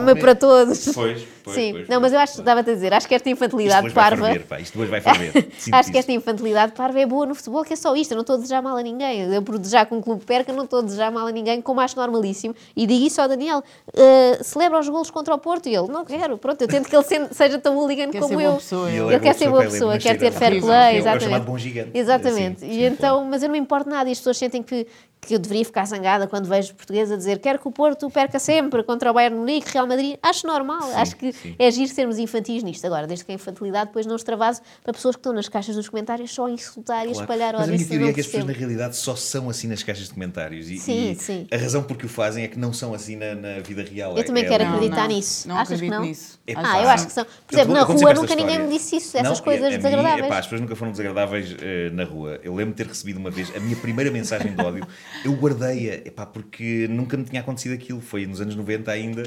S1: fome.
S2: para todos.
S1: Oh, Pois, pois,
S2: Sim,
S1: pois,
S2: não,
S1: pois,
S2: mas eu acho que
S1: pois.
S2: estava a dizer, acho que esta
S1: Isto
S2: infantilidade
S1: depois vai
S2: parva.
S1: ferver, pá. Isto depois vai ferver. Sinto
S2: Acho que
S1: isso.
S2: esta infantilidade parva é boa no futebol, que é só isto. Eu não estou a desejar mal a ninguém. Eu, por desejar que um clube perca, não estou a desejar mal a ninguém, como acho normalíssimo. E digo isso ao Daniel: eh, celebra os golos contra o Porto. E ele, não quero. Pronto, eu tento que ele se- seja tão hooligan
S4: Quer
S2: como
S4: ser boa
S2: eu.
S4: pessoa,
S1: E
S4: ele.
S1: ele
S2: Eu
S1: é
S2: quero ser boa
S1: para ele,
S2: pessoa,
S1: mas
S2: quero
S1: cheira
S2: ter fair
S1: horrível.
S2: play,
S1: É o- É o
S2: exatamente.
S1: chamado bom gigante.
S2: Exatamente.
S1: Sim,
S2: e
S1: sim,
S2: então, mas eu não me importo nada, e as pessoas sentem que, que eu deveria ficar zangada quando vejo portugueses a dizer quero que o Porto perca sempre contra o Bayern de Munique, Real Madrid. Acho normal, acho que
S1: sim.
S2: é agir sermos infantis nisto agora, desde que a infantilidade depois não extravase para pessoas que estão nas caixas dos comentários só a insultar e a
S1: Claro.
S2: espalhar
S1: Mas a
S2: ódio.
S1: minha
S2: isso
S1: teoria
S2: não
S1: é que as pessoas
S2: percebo.
S1: na realidade só são assim nas caixas de comentários. E,
S2: Sim,
S1: e
S2: sim.
S1: a razão por que o fazem é que não são assim na, na vida real. É
S2: Eu também quero
S1: o-
S2: acreditar nisso.
S4: Não
S2: Achas
S4: acredito
S2: que não?
S4: nisso.
S1: É
S2: ah,
S1: pá,
S2: eu acho que são. Por exemplo,
S1: Portanto,
S2: na
S1: aconteceu
S2: rua
S1: esta
S2: nunca ninguém
S1: história.
S2: me disse isso,
S1: Não,
S2: essas
S1: e a-
S2: coisas
S1: a mim,
S2: desagradáveis.
S1: epá, as pessoas nunca foram desagradáveis eh, na rua. Eu lembro de ter recebido uma vez a minha primeira mensagem de ódio. Eu guardei-a, epá, porque nunca me tinha acontecido aquilo. Foi nos anos 90 ainda.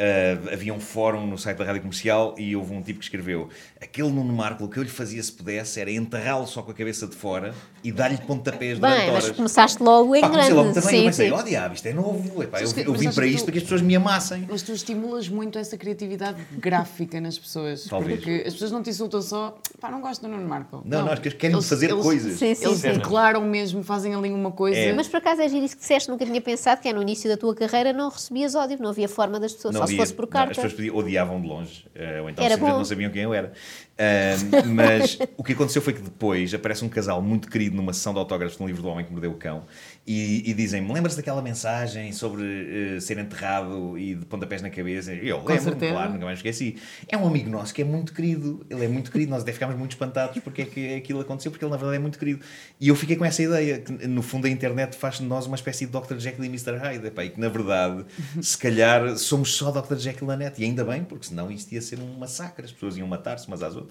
S1: Ah, havia um fórum no site da Rádio Comercial e houve um tipo que escreveu aquele Nuno Marco, o que eu lhe fazia se pudesse era enterrá-lo só com a cabeça de fora e dar-lhe pontapés durante
S2: Bem,
S1: horas.
S2: mas começaste logo em
S1: Pá, comecei
S2: grande.
S1: logo também, eu
S2: sim,
S1: pensei,
S2: sim.
S1: oh diabo, isto é novo, epá, eu,
S4: Mas que-
S1: eu
S4: mas
S1: vim
S4: acho
S1: para
S4: que
S1: isto
S4: tu-
S1: para que as pessoas me amassem.
S4: Mas tu estimulas muito essa criatividade gráfica nas pessoas.
S1: Talvez.
S4: Porque as pessoas não te insultam só. Pá, não gosto do Nuno Marco.
S1: Não, não, acho que eles querem fazer coisas.
S2: Sim, sim,
S4: Eles
S2: sim.
S4: declaram mesmo, fazem ali uma coisa.
S1: É.
S2: Mas por acaso é giro isso que disseste, nunca tinha pensado, que é no início da tua carreira não recebias ódio, não havia forma das pessoas,
S1: Não
S2: só
S1: havia-
S2: se fosse por
S1: não,
S2: carta.
S1: as pessoas pediam- odiavam de longe, eh, ou então
S2: Era
S1: simplesmente
S2: bom.
S1: não sabiam quem eu era. Ah, mas o que aconteceu foi que depois aparece um casal muito querido numa sessão de autógrafos de um livro do Homem que Mordeu o Cão e, e dizem-me: Lembras daquela mensagem sobre eh, ser enterrado e de pontapés na cabeça? E Eu lembro-me,
S4: certeza.
S1: claro, nunca mais esqueci. É um amigo nosso que é muito querido, ele é muito querido, nós até ficámos muito espantados porque é que aquilo aconteceu, porque ele na verdade é muito querido. E eu fiquei com essa ideia, que no fundo a internet faz de nós uma espécie de Dr. Jekyll e Mr. Hyde, epá, e que na verdade, se calhar, somos só Dr. Jekyll na net, e ainda bem, porque senão isto ia ser um massacre, as pessoas iam matar-se umas às outras.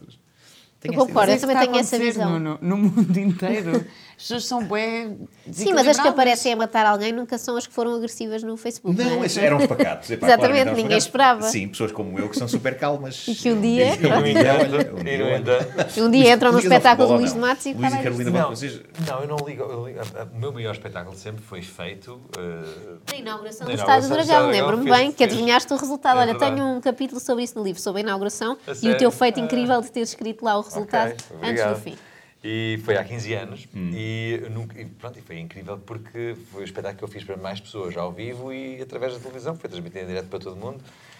S1: Tenho
S2: Eu
S1: esta
S2: concordo.
S1: ideia.
S4: Isso é
S2: também
S4: está a
S2: tenho essa
S4: acontecer,
S2: visão.
S4: Nuno, no mundo inteiro. As pessoas são bem.
S2: Sim, mas as que aparecem a matar alguém nunca são as que foram agressivas no Facebook.
S1: Não,
S2: é?
S1: esses eram os pacatos. epá,
S2: Exatamente,
S1: claramente eram os
S2: ninguém
S1: pacatos.
S2: esperava.
S1: Sim, pessoas como eu que são super calmas.
S2: E que um dia-
S1: E um dia, olha, um
S3: E
S1: dia,
S3: no
S1: olha.
S3: entanto...
S2: Um dia entram no
S1: Ligas ao
S2: espetáculo do
S1: futebol,
S2: Luís
S1: não?
S2: de Matos e assim.
S1: Luís e
S2: acaba
S1: Carolina
S3: Não,
S1: vocês-
S3: não, eu não ligo. eu ligo- a- a- O meu maior espetáculo sempre foi feito. eh,
S2: a inauguração do Estádio do
S3: Na inauguração do
S2: Dragão,
S3: Estádio do Dragão,
S2: lembro-me
S3: fez-
S2: bem que
S3: fez.
S2: adivinhaste o resultado.
S3: É
S2: Olha,
S3: verdade.
S2: tenho um capítulo sobre isso no livro, sobre a inauguração
S3: A
S2: e o teu
S3: sério?
S2: feito
S3: Ah.
S2: incrível de teres escrito lá o resultado
S3: Ok,
S2: antes do
S3: obrigado.
S2: fim.
S3: E foi há 15 anos e, eu nunca, e pronto, e foi incrível porque foi o espetáculo que eu fiz para mais pessoas ao vivo e através da televisão, foi transmitido em direto para todo mundo.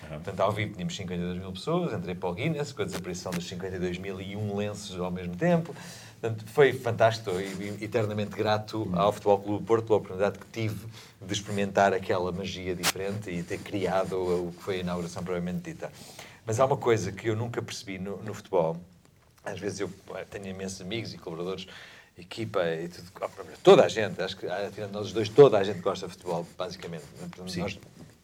S3: Portanto, ao vivo tínhamos 52 mil pessoas, entrei para o Guinness com a desaparição dos 52 mil e um lenços ao mesmo tempo. Portanto, foi fantástico e e eternamente grato ao Futebol Clube do Porto pela oportunidade que tive de experimentar aquela magia diferente e ter criado o que foi a inauguração propriamente dita. Mas há uma coisa que eu nunca percebi no- no futebol às vezes eu pá, tenho imensos amigos e colaboradores, equipa e tudo, ah, próprio- toda a gente, acho que ah, tirando nós os dois, toda a gente gosta de futebol, basicamente. é? Portanto,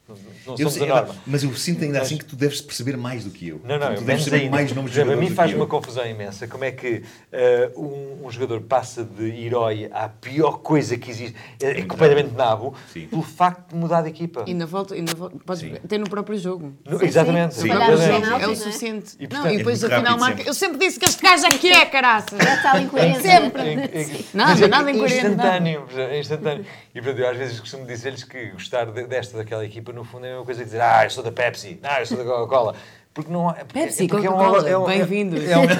S3: Nós não, não
S1: Eu
S3: somos
S1: sei, é
S3: a norma.
S1: Mas eu sinto ainda
S3: Mas-
S1: assim que tu deves perceber mais do que eu.
S3: Não, não,
S1: tu
S3: eu
S1: deves
S3: menos
S1: saber
S3: ainda.
S1: mais nomes de
S3: Por exemplo, A
S1: jogadores
S3: mim
S1: do
S3: faz
S1: que eu.
S3: uma confusão imensa. Como é que eh, um, um jogador passa de herói à pior coisa que existe, é, é
S1: Muito
S3: completamente nabo,
S1: Sim.
S3: pelo facto de mudar de equipa?
S4: Ainda volta, ainda volta. Podes
S1: Sim.
S4: ter no próprio jogo.
S3: No- exatamente.
S1: Sim.
S4: Falhar os
S2: Sim.
S4: jogos é
S2: Sim.
S4: o suficiente.
S3: E,
S4: não,
S3: portanto,
S4: e depois
S1: é muito rápido
S4: afinal marca.
S1: sempre.
S4: Eu sempre disse que este gajo aqui é, caraças.
S2: Já está ali incoerência.
S3: É- é-
S4: Nada,
S3: mas é
S4: nada incoerente,
S3: Instantâneo, percebe? é instantâneo. E portanto, eu às vezes costumo dizer-lhes que gostar de- desta ou daquela equipa, no fundo, é a mesma coisa que dizer, ah, eu sou da Pepsi, ah, eu sou da Coca-Cola. Porque não há. Porque,
S4: Pepsi,
S3: porque
S4: Coca-Cola,
S3: é um-
S4: bem-vindos.
S3: é um-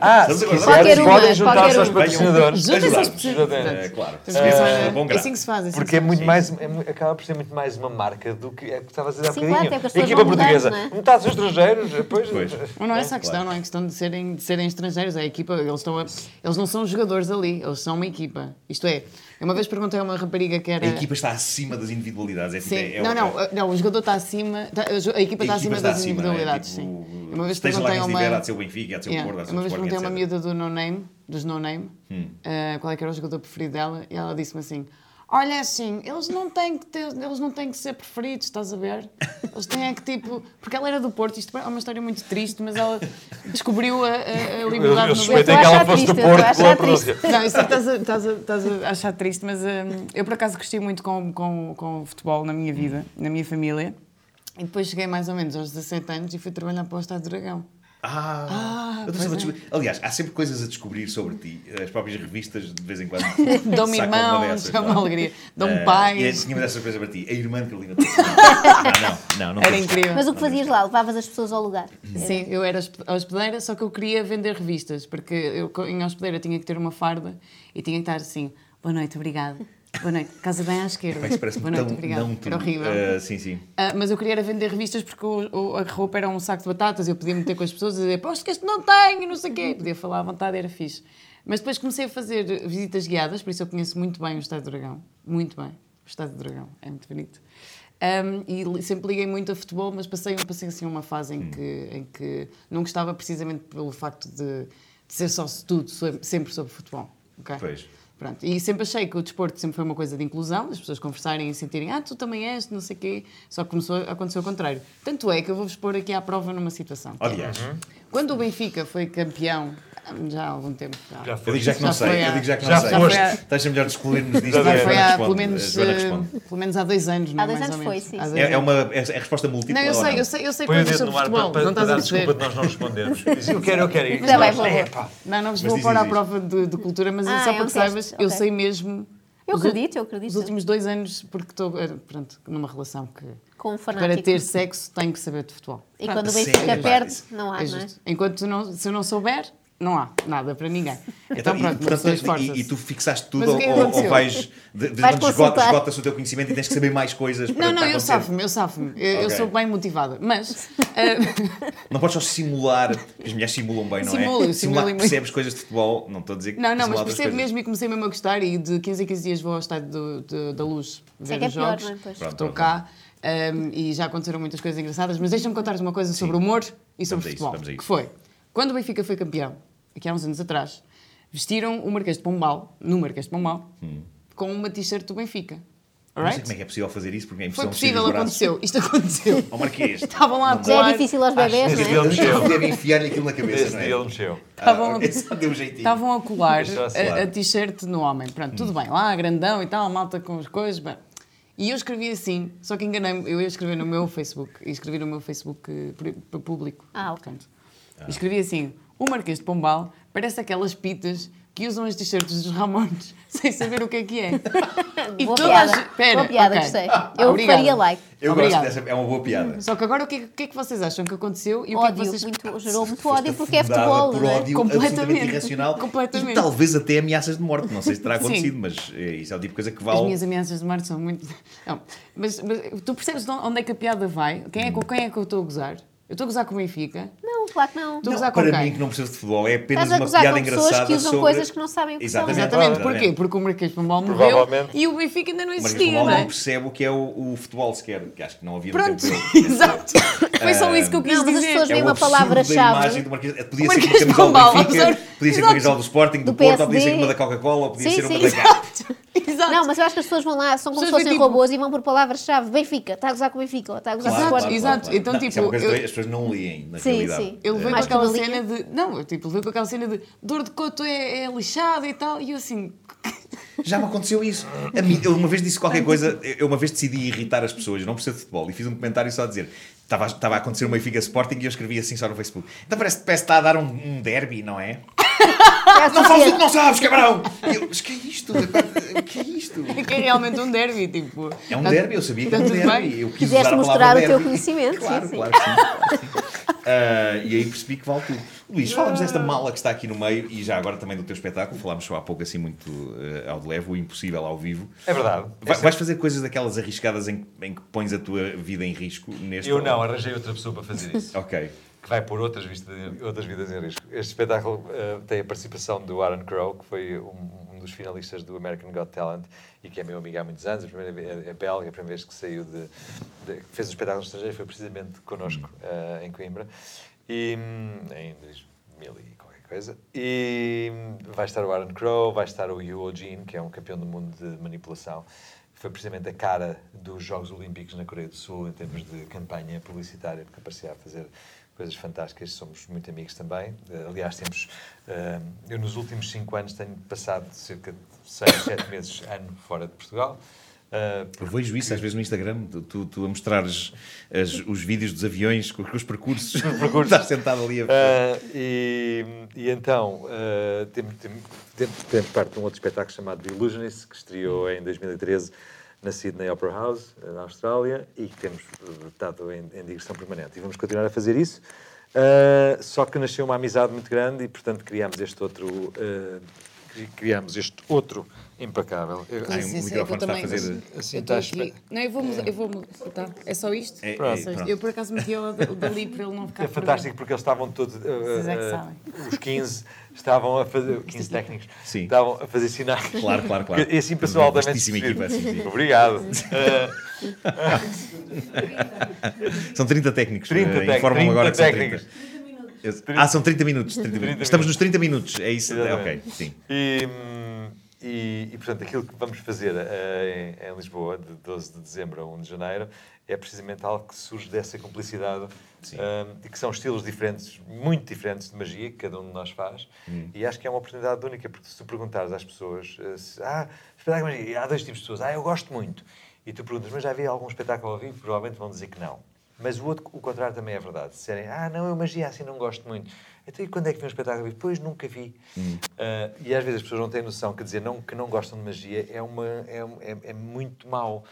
S3: ah,
S1: Estamos
S3: se
S1: agora-
S3: quiseres,
S2: Qualquer uma,
S4: um,
S3: podem juntar-se
S2: qualquer
S3: aos
S2: uma.
S3: patrocinadores.
S4: Juntas-se aos
S1: Ajudar-nos.
S4: patrocinadores.
S1: um É, claro.
S4: Temos que pensar-
S1: bom
S4: é
S1: grado.
S4: assim que se faz. é assim
S3: Porque é
S4: que se
S3: muito
S1: Sim.
S3: mais, é mu- acaba por ser muito mais uma marca do que é que estavas a dizer há
S2: Sim,
S3: bocadinho.
S2: claro, até porque as pessoas
S3: Equipa
S2: vão mudando,
S3: portuguesa,
S2: não é?
S3: metade são estrangeiros, depois. eh,
S1: Pois.
S4: faz. Mas não é essa a
S1: Claro.
S4: questão, não é a questão de serem, de serem estrangeiros. É a equipa, eles, estão a- eles não são jogadores ali, eles são uma equipa. Isto é, eu uma vez perguntei a uma rapariga que era.
S1: A equipa está acima das individualidades. É, tipo-
S4: Sim.
S1: é-
S4: não, não,
S1: é-
S4: uh, não, o jogador está acima, tá- a jo- a equipa está
S1: a equipa
S4: acima
S1: está
S4: das
S1: acima, não é? Tipo,
S4: individualidades, sim. Eu Uma vez
S1: Esteja lá
S4: perguntei
S1: quem
S4: a
S1: estiver, há
S4: uma.
S1: de ser o Benfica, há de ser o
S4: Yeah,
S1: Porto, há de ser
S4: Uma
S1: o
S4: vez
S1: Sporting,
S4: perguntei a uma
S1: etc. Hum.
S4: miúda do No Name, dos No Name, uh, qual é que era o jogador preferido dela, e ela disse-me assim: Olha assim, eles não têm que ter, eles não têm que ser preferidos, estás a ver? Eles têm é que tipo, porque ela era do Porto, isto é uma história muito triste, mas ela descobriu a, a- a
S3: Eu,
S4: liberdade
S3: eu
S4: no
S3: suspeitei
S2: Eu
S3: que
S2: estou a
S3: ela
S2: achar
S3: fosse do
S2: triste, eu estou a
S3: Porto pela
S2: achar
S3: pronúncia.
S4: não, isso é que estás a, estás a- estás a achar triste, mas hum, eu por acaso gostei muito com, com, com o futebol na minha vida, na minha família. E depois cheguei mais ou menos aos 17 anos e fui trabalhar para o Estado do Dragão.
S1: Ah,
S4: Ah,
S1: eu estou sempre a
S4: pois
S1: descobrir. Aliás, há sempre coisas a descobrir sobre ti. As próprias revistas, de vez em quando.
S4: Dão-me
S1: sacam uma
S4: irmãos,
S1: dessas,
S4: é uma
S1: claro.
S4: alegria. Dão-me
S1: Eh,
S4: pais.
S1: E tinha uma dessas coisas para ti. A irmã de Carolina Torres. Não, não, não. não
S4: Era
S1: temos.
S4: incrível.
S2: Mas o que fazias lá? Levavas as pessoas ao lugar.
S1: Uhum.
S4: Sim, eu era hosp- hospedeira, só que eu queria vender revistas, porque eu co- em hospedeira tinha que ter uma farda e tinha que estar assim: boa noite, obrigado. Boa noite, casa bem à esquerda.
S1: Bem, isso é parece-me
S4: boa noite,
S1: tão
S4: obrigado.
S1: não tu.
S4: Era horrível.
S1: Eh, sim, sim.
S4: Ah, mas eu queria era vender revistas porque o- o- a roupa era um saco de batatas, eu podia meter com as pessoas e dizer, aposto que este não tem, e não sei o quê. Podia falar à vontade, era fixe. Mas depois comecei a fazer visitas guiadas, por isso eu conheço muito bem o Estado do Dragão. Muito bem. O Estado do Dragão, é muito bonito. Ahm, e li- sempre liguei muito a futebol, mas passei, passei assim uma fase em que, em que não gostava precisamente pelo facto de, de ser só se- tudo, sobre- sempre sobre futebol. ok?
S1: Pois.
S4: Pronto, e sempre achei que o desporto sempre foi uma coisa de inclusão, das pessoas conversarem e sentirem, ah, tu também és, não sei o quê. Só que começou, aconteceu o contrário. Tanto é que eu vou-vos pôr aqui à prova numa situação.
S1: Aliás,
S3: Uhum.
S4: Quando o Benfica foi campeão, já há algum tempo, já,
S3: Já
S1: eu digo já que não
S4: Já foi
S1: sei.
S4: há-
S1: Eu digo já que
S3: já
S1: não sei.
S4: foi há-
S1: Estás a melhor de excluir-nos disto.
S3: Já
S1: e a
S3: foi
S4: foi
S1: Joana
S4: há
S1: responde.
S4: pelo
S1: A
S4: menos,
S1: Joana
S4: eh,
S1: responde.
S4: pelo menos há dois anos, não é?
S2: Há dois
S4: mais
S2: anos
S4: ou menos.
S2: foi, sim,
S4: Há
S2: sim.
S4: dois
S1: É, é
S4: anos.
S1: uma é a resposta múltipla.
S4: Não, eu
S1: ou
S4: sei, eu sei, eu
S3: tipo Põe
S4: sei
S3: o
S4: coisas
S3: dedo no
S4: sobre
S3: ar
S4: futebol,
S3: para,
S4: não
S3: para, para
S4: estás a
S3: dar
S4: perceber.
S3: desculpa de nós não respondermos. Diz, eu quero, eu quero. E
S2: Tá bem,
S3: nós,
S2: vou, vou.
S3: "Epá,
S4: Não, não vos
S1: Mas
S4: vou
S1: diz,
S4: pôr
S1: diz,
S4: à
S1: diz.
S4: prova de, de cultura, mas
S2: Ah,
S4: é só
S2: é um
S4: para que
S2: teste,
S4: saibas, eu
S2: ok.
S4: sei mesmo.
S2: Eu
S4: os
S2: acredito,
S4: ul-
S2: eu acredito.
S4: Os últimos dois anos, porque estou eh, pronto, numa relação que
S2: Com um
S4: para
S2: fanático.
S4: ter sexo tenho que saber de futebol.
S2: E quando o
S1: Sim,
S2: Benfica
S1: é
S2: perde,
S1: justo.
S2: não há,
S4: É
S2: não é?
S4: justo. Enquanto não, se eu não souber, não há nada para ninguém. Então,
S1: Então, e,
S4: pronto,
S1: portanto,
S4: mas pessoas
S1: e- e,
S4: forças.
S1: tu fixaste tudo
S4: Mas o
S1: ou,
S4: que é que
S1: ou
S4: aconteceu?
S1: vais, de, de
S2: Vais
S1: quando esgota,
S2: consultar.
S1: esgotas o teu conhecimento e tens que saber mais coisas para
S4: Não, não,
S1: para
S4: eu
S1: acontecer?
S4: safo-me, eu safo-me. Eu, eu
S1: Tá Ok.
S4: sou bem motivada. Mas eh,
S1: Não podes só simular, as mulheres simulam bem, não
S4: Simulo,
S1: é? Simular
S4: eu simulo
S1: que
S4: muito.
S1: percebes coisas de futebol, não estou a dizer que
S4: Não, não, mas
S1: simular outras
S4: percebo
S1: coisas.
S4: mesmo e comecei mesmo a gostar e de 15 a 15 dias vou ao estádio do- do- da luz
S2: Isso é
S4: ver
S2: que é
S4: os
S2: pior,
S4: jogos.
S2: não é? Pois.
S1: Pronto,
S4: Estou
S1: pronto.
S4: cá um, e já aconteceram muitas coisas engraçadas, mas deixa-me contar-vos uma coisa sobre humor
S1: a
S4: e sobre
S1: isso,
S4: futebol.
S1: vamos a isso.
S4: que foi, quando o Benfica foi campeão, aqui há uns anos atrás, vestiram o Marquês de Pombal, no Marquês de Pombal, com uma t-shirt do Benfica.
S1: Não sei
S4: Alright?
S1: como Hum. é que é possível fazer isso, porque é
S4: Foi
S1: impossível
S4: possível,
S1: mexer os braços.
S4: aconteceu. Isto aconteceu.
S1: Ó Marquês,
S4: Estavam lá a
S2: Já
S4: colar-
S2: é difícil aos
S3: Acho
S2: bebés,
S3: que
S2: não é?
S3: desde ele mexeu.
S1: deve enfiar-lhe aquilo na cabeça,
S3: Desde
S1: não
S3: ele
S1: é?
S3: mexeu.
S4: Tá bom.
S1: Isso deu um jeitinho.
S4: Estavam a colar
S3: Deixa eu
S4: a,
S3: selar.
S4: a t-shirt no homem. Pronto, tudo bem. Lá, grandão e tal, malta com as coisas. bem. E eu escrevi assim, só que enganei-me. Eu ia escrever no meu Facebook. E escrevi no meu Facebook eh, pri- para público.
S2: Ah, ok.
S4: portanto. E Escrevi assim, o Marquês de Pombal parece aquelas pitas que usam as t-shirts dos Ramones sem saber o que é que é. E
S2: Boa
S4: toda a
S2: piada.
S4: gente- Pera,
S2: Boa piada,
S4: ok.
S2: gostei. Eu
S4: Obrigada.
S2: faria like.
S1: Eu
S4: Obrigada.
S1: gosto dessa, é uma boa piada.
S4: Só que agora o que, é- o que é que vocês acham que aconteceu e o que é
S2: Ódio,
S4: que vocês...
S2: muito, gerou muito
S1: Foste
S2: ódio porque é
S1: afundada
S2: futebol,
S1: por
S2: não é?
S1: ódio
S4: Completamente.
S1: absolutamente irracional
S4: Completamente.
S1: e talvez até ameaças de morte. Não sei se terá
S4: Sim.
S1: acontecido, mas eh, isso é o tipo de coisa que
S4: As
S1: vale.
S4: minhas ameaças de morte são muito. Não, mas, mas tu percebes de onde é que a piada vai? Quem é, com quem é que eu estou a gozar? Eu estou a gozar com o Benfica.
S2: Não, claro que não.
S4: Tu-
S1: Não,
S4: gozar com
S1: para
S4: quem?
S1: mim que não percebo de futebol é apenas
S2: Estás a
S1: uma
S2: gozar
S1: piada
S2: com pessoas
S1: engraçada
S2: que usam
S1: sobre...
S2: coisas que não sabem o que são.
S1: Exatamente.
S4: Exatamente.
S1: Exatamente.
S4: Porquê? Porque o Marquês de Pombal morreu
S3: Provavelmente.
S4: e o Benfica ainda não
S1: Mas
S4: existia,
S1: Futebol
S4: não
S1: não
S4: é?
S1: percebe o que é o, o futebol sequer, que acho que não havia no
S4: Pronto,
S1: tempo dele.
S4: exato. Foi só isso que eu quis
S2: Não, mas as
S4: dizer.
S2: pessoas
S1: É
S2: Tem
S1: o
S2: uma
S1: absurdo
S2: palavra-chave.
S1: da imagem do Marquês. Podia ser
S4: Marquês
S1: uma
S4: de
S1: camisola
S4: Pombal,
S1: do Benfica,
S4: absurdo.
S1: podia ser uma
S4: Exato.
S1: camisola do Sporting, do,
S2: Do
S1: Porto, ou podia ser
S2: PSD.
S1: uma da Coca-Cola, ou podia
S2: Sim,
S1: ser uma
S2: sim,
S1: da Gap.
S4: Exato, exato.
S2: Não, mas eu acho que as pessoas vão lá, são como
S4: Pessoas
S2: se fossem
S4: do tipo-
S2: robôs e vão por palavras-chave. Benfica, está a gozar com o Benfica, ou está a gozar
S4: Claro,
S2: com o
S4: claro.
S2: Sporting.
S4: Exato, então,
S1: Não, isso é uma
S4: tipo,
S1: coisa
S4: eu-
S1: que as pessoas não leem, na
S2: Sim,
S1: realidade.
S2: sim.
S4: Eu levei
S2: É.
S4: com
S2: Mais
S4: aquela
S2: cabelinho.
S4: cena de. Não, eu tipo, levei com aquela cena de dor de coto é, é lixada e tal. E eu assim.
S1: Já me aconteceu isso. A mim- eu uma vez disse qualquer coisa, eu uma vez decidi irritar as pessoas, eu não percebo de futebol, e fiz um comentário só a dizer. Estava, a- estava a acontecer uma Benfica Sporting e eu escrevi assim só no Facebook. Então parece que parece que está a dar um, um derby, não é?
S2: Está a
S1: Não falas o que
S2: suceder.
S1: não sabes, cabrão! E eu, mas que é isto? O que é isto?
S4: Que é realmente um derby, tipo.
S1: É um
S4: tá-
S1: derby, eu sabia que
S4: tá
S1: era um
S4: tudo bem.
S1: derby. Eu quis
S2: Quiseste
S1: usar a
S2: mostrar
S1: palavra
S2: o teu
S1: derby.
S2: conhecimento,
S1: Claro,
S2: sim, sim.
S1: claro que sim. claro que sim. Ah, e aí percebi que vale tudo. Luís, falamos
S2: Ah.
S1: desta mala que está aqui no meio e já agora também do teu espetáculo. Falámos só há pouco, assim, muito eh, ao de leve, o impossível ao vivo.
S3: É verdade.
S1: Vai- vais fazer coisas daquelas arriscadas em, que- em que pões a tua vida em risco neste
S3: Eu não, arranjei outra pessoa para fazer isso.
S1: Ok.
S3: que vai pôr outras, vistas em- outras vidas em risco. Este espetáculo eh, tem a participação do Aaron Crow, que foi um, um dos finalistas do American Got Talent e que é meu amigo há muitos anos. A primeira vez, é, é belga, a primeira vez que saiu de, de- que fez um espetáculo estrangeiro foi precisamente connosco
S1: Hum.
S3: eh, em Coimbra. E hum, em 2000 e qualquer coisa. E hum, vai estar o Aaron Crow, vai estar o Yuo Jin, que é um campeão do mundo de manipulação. Foi precisamente a cara dos Jogos Olímpicos na Coreia do Sul, em termos de campanha publicitária, porque aparecia a fazer coisas fantásticas. Somos muito amigos também. Eh, Aliás, temos. eh, eu, nos últimos cinco anos, tenho passado cerca de seis, sete meses, ano, fora de Portugal. Eh,
S1: Eu vejo isso às vezes no Instagram, tu, tu, tu a mostrares as- os vídeos dos aviões com, com os percursos. Estás sentado ali a ver.
S3: Ah, e, e então, ah, temos, temos, temos- temos parte de um outro espetáculo chamado The Illusionist, que estreou em 2013 na Sydney Opera House, na Austrália, e que temos eh, estado em, em digressão permanente. E vamos continuar a fazer isso. Ah, só que nasceu uma amizade muito grande e, portanto, criámos este outro... eh, cri- criámos este outro impecável. Eu-
S1: Ai, o microfone está a fazer-
S3: Assim,
S4: eu tô
S3: estás-
S4: aqui. Não, eu vou mudar. Eu vou mudar. Tá. É só isto?
S1: É- é-
S4: Só isto.
S1: pronto.
S4: Eu por acaso meti ela da- dali para ele não ficar.
S3: É fantástico porque eles estavam todos. uh,
S4: é que
S3: uh,
S4: sabem. é
S3: os 15 estavam a fazer. 15 técnicos
S1: Sim.
S3: estavam a fazer sinais.
S1: Claro, claro, claro.
S3: E assim o pessoal
S1: Uma
S3: da Mestre
S1: vastíssima equipa, sim, sim.
S3: Obrigado. Uh,
S1: São 30 técnicos.
S3: 30
S1: eh,
S3: técnicos,
S1: Informam
S3: 30
S1: agora que
S3: técnicos.
S1: são 30. Eu- Ah, são 30 minutos. 30 minutos.
S3: 30
S1: Estamos nos 30 minutos, é isso? É, ok,
S3: Exatamente.
S1: sim.
S3: E, hum, e, e, portanto, aquilo que vamos fazer eh, em, em Lisboa, de 12 de dezembro a 1 de janeiro, é precisamente algo que surge dessa complicidade hum, e que são estilos diferentes, muito diferentes de magia, que cada um de nós faz. E acho que é uma oportunidade única, porque se tu perguntares às pessoas, eh, se, ah, espetáculo de magia, e há dois tipos de pessoas, ah, eu gosto muito. E tu perguntas, mas já vi algum espetáculo ao vivo? Provavelmente vão dizer que não. Mas o, outro, o contrário também é verdade. Se disserem, ah, não, eu magia assim não gosto muito. Então, e quando é que vi um espetáculo? ao vivo? Pois, nunca vi.
S1: Hum.
S3: Ah, e às vezes as pessoas não têm noção que dizer não, que não gostam de magia é, uma, é, um- é, é muito mau.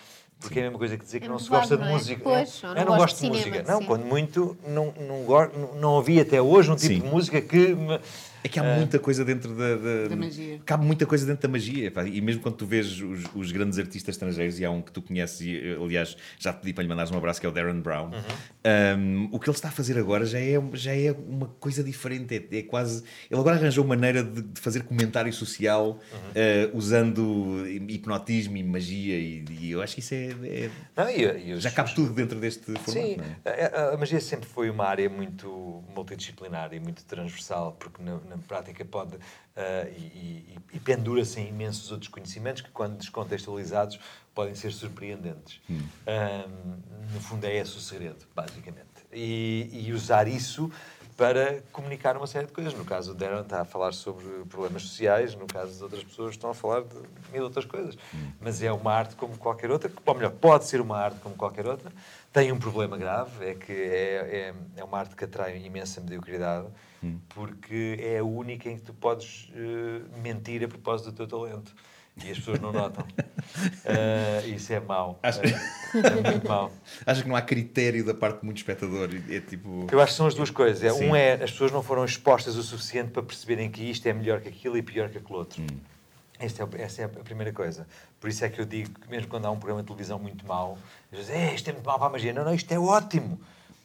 S3: Porque é a mesma coisa que dizer que
S2: É
S3: não
S2: muito
S3: se gosta
S2: vago,
S3: de
S2: não é?
S3: música.
S2: Pois,
S3: eu
S2: ou
S3: não, gosto, de,
S2: cinema,
S3: música. Não,
S2: sim.
S3: quando muito, não, não, go- não, não ouvi até hoje um tipo
S1: Sim.
S3: de música que... me-
S1: É que há muita coisa dentro da, da,
S4: Da magia.
S1: Cabe muita coisa dentro da magia. pá. E mesmo quando tu vês os, os grandes artistas estrangeiros, e há um que tu conheces, e eh, aliás já te pedi para lhe mandares um abraço, que é o Darren Brown. Um, o que ele está a fazer agora já é, já é uma coisa diferente. É, é quase. Ele agora arranjou maneira de, de fazer comentário social eh, usando hipnotismo e magia, e, e eu acho que isso é. é-
S3: Não, e- e os-
S1: já cabe tudo dentro deste formato.
S3: Sim,
S1: não é?
S3: a, a- a magia sempre foi uma área muito multidisciplinar e muito transversal, porque na, na prática pode ah, e, e- e pendura-se em imensos outros conhecimentos que, quando descontextualizados, podem ser surpreendentes. Ah, no fundo, é esse o segredo, basicamente. E, e usar isso para comunicar uma série de coisas. No caso, o Darren está a falar sobre problemas sociais, no caso de outras pessoas estão a falar de mil outras coisas. Mas é uma arte como qualquer outra, que, ou melhor, pode ser uma arte como qualquer outra. Tem um problema grave, é que é, é, é uma arte que atrai imensa mediocridade, porque é a única em que tu podes eh, mentir a propósito do teu talento. E as pessoas não notam. Ah, isso é mau.
S1: Acho-
S3: É, é muito mau.
S1: Acho que não há critério da parte de muito espectador. É tipo.
S3: Eu acho que são as duas coisas. É,
S1: Sim.
S3: um é as pessoas não foram expostas o suficiente para perceberem que isto é melhor que aquilo e pior que aquele outro. Este é o- essa é a primeira coisa. Por isso é que eu digo que mesmo quando há um programa de televisão muito mau, às vezes, é, isto é muito mau para a magia. Não, não, isto é ótimo.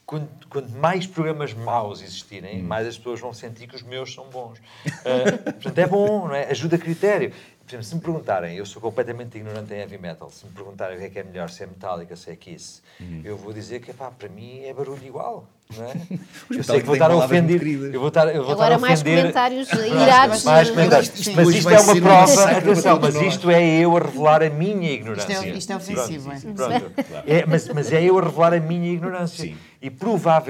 S3: Quanto, quanto mais programas maus existirem, mais as pessoas vão sentir que os meus são bons. Ah, portanto, é bom, não é? ajuda critério. Por exemplo, se me perguntarem, eu sou completamente ignorante em heavy metal, se me perguntarem o que é que é melhor, se é Metallica, se é Kiss,
S1: Hum.
S3: eu vou dizer que, pá, para mim é barulho igual, não é? eu sei
S1: Metallica
S3: que
S1: têm
S3: vou estar a
S1: palavras muito
S3: ofender,
S1: queridas.
S3: eu vou estar, eu vou estar
S2: Agora
S3: a
S2: mais
S3: ofender...
S2: comentários irados.
S3: Mais
S2: no-
S3: comentários.
S4: Isto- isto
S3: Mas
S1: hoje
S3: isto
S1: vai
S3: é uma
S1: ser um
S3: prova,
S1: massacre para
S3: atenção,
S1: todos
S3: mas
S1: nós.
S3: isto é eu a revelar a minha ignorância.
S4: Isto é- isto é ofensivo,
S3: Pronto,
S4: é?
S3: pronto. É, mas, mas é eu a revelar a minha ignorância.
S1: Sim.
S3: E provavelmente...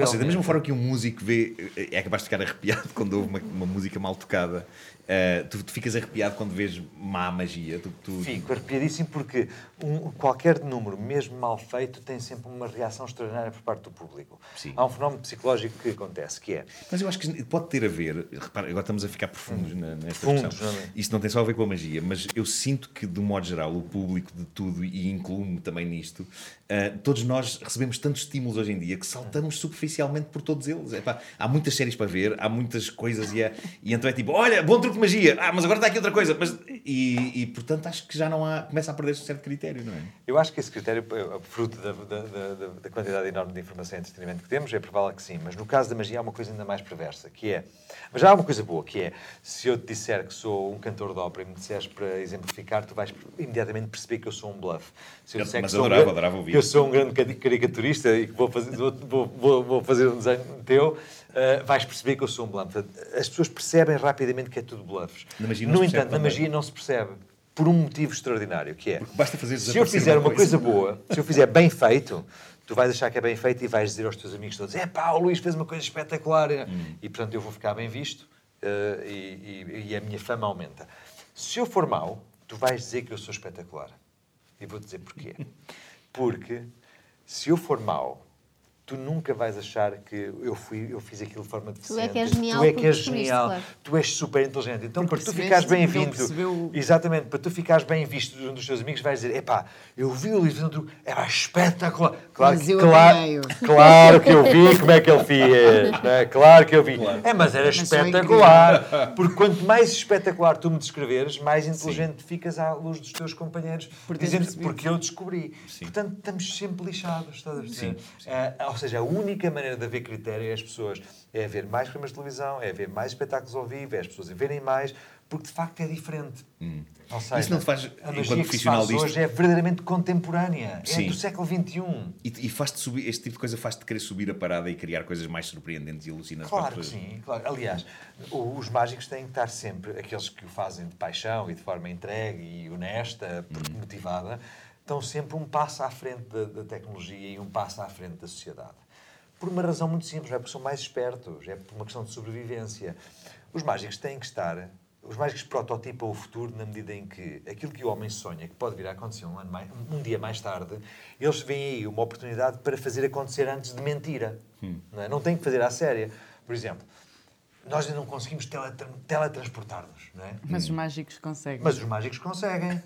S1: Ou seja, da mesma forma que um músico vê, é capaz de ficar arrepiado quando ouve uma, uma música mal tocada. eh, eh, tu, tu ficas arrepiado quando vês má magia. Tu, tu-
S3: Fico arrepiadíssimo porque um- qualquer número, mesmo mal feito, tem sempre uma reação extraordinária por parte do público.
S1: Sim.
S3: Há um fenómeno psicológico que acontece, que é
S1: Mas eu acho que pode ter a ver. Repara, agora estamos a ficar profundos na, nesta
S3: Hum. Profundos,
S1: questão.
S3: não é?
S1: Isto não tem só a ver com a magia, mas eu sinto que, de um modo geral, o público de tudo, e incluo-me também nisto, ah, todos nós recebemos tantos estímulos hoje em dia que saltamos superficialmente por todos eles. Epá, há muitas séries para ver, há muitas coisas, e, é- e então é tipo: olha, bom truque de magia, ah, mas agora está aqui outra coisa. Mas, e, e, portanto acho que já não há. começa a perder-se um certo critério, não é?
S3: Eu acho que esse critério, eh, fruto da, da- da- da- da quantidade enorme de informação e entretenimento que temos, é provável que sim. Mas no caso da magia há uma coisa ainda mais perversa, que é... Mas já há uma coisa boa, que é... Se eu te disser que sou um cantor de ópera e me disseres para exemplificar, tu vais imediatamente perceber que eu sou um bluff. Se
S1: Eu-
S3: disser que
S1: mas
S3: sou um
S1: adorava,
S3: grande-
S1: adorava ouvir.
S3: que eu sou um grande cari- caricaturista e que vou fazer, vou, vou- vou- vou fazer um desenho teu, eh, vais perceber que eu sou um bluff. Portanto, As pessoas percebem rapidamente que é tudo bluffs.
S1: Na magia não
S3: no
S1: se percebe
S3: entanto, na
S1: também.
S3: magia não se percebe. Por um motivo extraordinário, que é...
S1: Porque basta fazer
S3: Se eu
S1: desaparecer
S3: fizer
S1: uma
S3: uma
S1: coisa.
S3: coisa boa, se eu fizer bem feito, tu vais achar que é bem feito e vais dizer aos teus amigos todos: é pá, o Luís fez uma coisa espetacular. E portanto eu vou ficar bem visto eh, e, e- e a minha fama aumenta. Se eu for mau, tu vais dizer que eu sou espetacular. E vou dizer porquê. Porque se eu for mau, tu nunca vais achar que eu, fui, eu fiz aquilo de forma deficiente.
S2: é que és genial
S3: Tu é que
S2: porque
S3: és
S2: percebeste,
S3: genial.
S2: claro.
S3: Tu és super inteligente. Então, para tu
S4: percebeste,
S3: ficares bem
S4: ele
S3: vindo
S4: percebeu-
S3: Exatamente, para tu ficares bem visto de um dos teus amigos, vais dizer: epá, eu vi o livro do. Era espetacular. Claro,
S4: Mas
S3: que-
S4: eu
S3: claro,
S4: amei-o.
S3: claro que eu vi como é que ele fez. Né? Claro que eu vi. É, mas era
S4: sou
S3: espetacular. Porque quanto mais espetacular tu me descreveres, mais inteligente ficas à luz dos teus companheiros,
S4: Por teres
S3: dizendo
S4: percebido.
S3: porque eu descobri. Portanto, estamos sempre lixados, estás a perceber?
S1: Sim,
S3: Ah, ou seja, a única maneira de haver critério é as pessoas é haver mais programas de televisão, é haver mais espetáculos ao vivo, é as pessoas a verem mais, porque de facto é diferente. Ou seja,
S1: Hum. Isso não te faz,
S3: a
S1: enquanto
S3: magia que se
S1: profissional
S3: faz
S1: disto-
S3: hoje é verdadeiramente contemporânea,
S1: Sim.
S3: é do século XXI.
S1: E, e faz-te subir, este tipo de coisa faz-te querer subir a parada e criar coisas mais surpreendentes e alucinantes
S3: Claro
S1: para
S3: que
S1: as pessoas.
S3: sim, claro. Aliás, o- os mágicos têm que estar sempre, aqueles que o fazem de paixão e de forma entregue e honesta, porque motivada, estão sempre um passo à frente da, da tecnologia e um passo à frente da sociedade. Por uma razão muito simples, não é porque são mais espertos, é por uma questão de sobrevivência. Os mágicos têm que estar. Os mágicos prototipam o futuro na medida em que aquilo que o homem sonha, que pode vir a acontecer um, ano mais- um dia mais tarde, eles veem aí uma oportunidade para fazer acontecer antes de mentira. Não, é? Não tem que fazer à séria. Por exemplo, nós ainda não conseguimos teletra- teletransportar-nos, não é?
S4: Mas os mágicos conseguem.
S3: Mas os mágicos conseguem.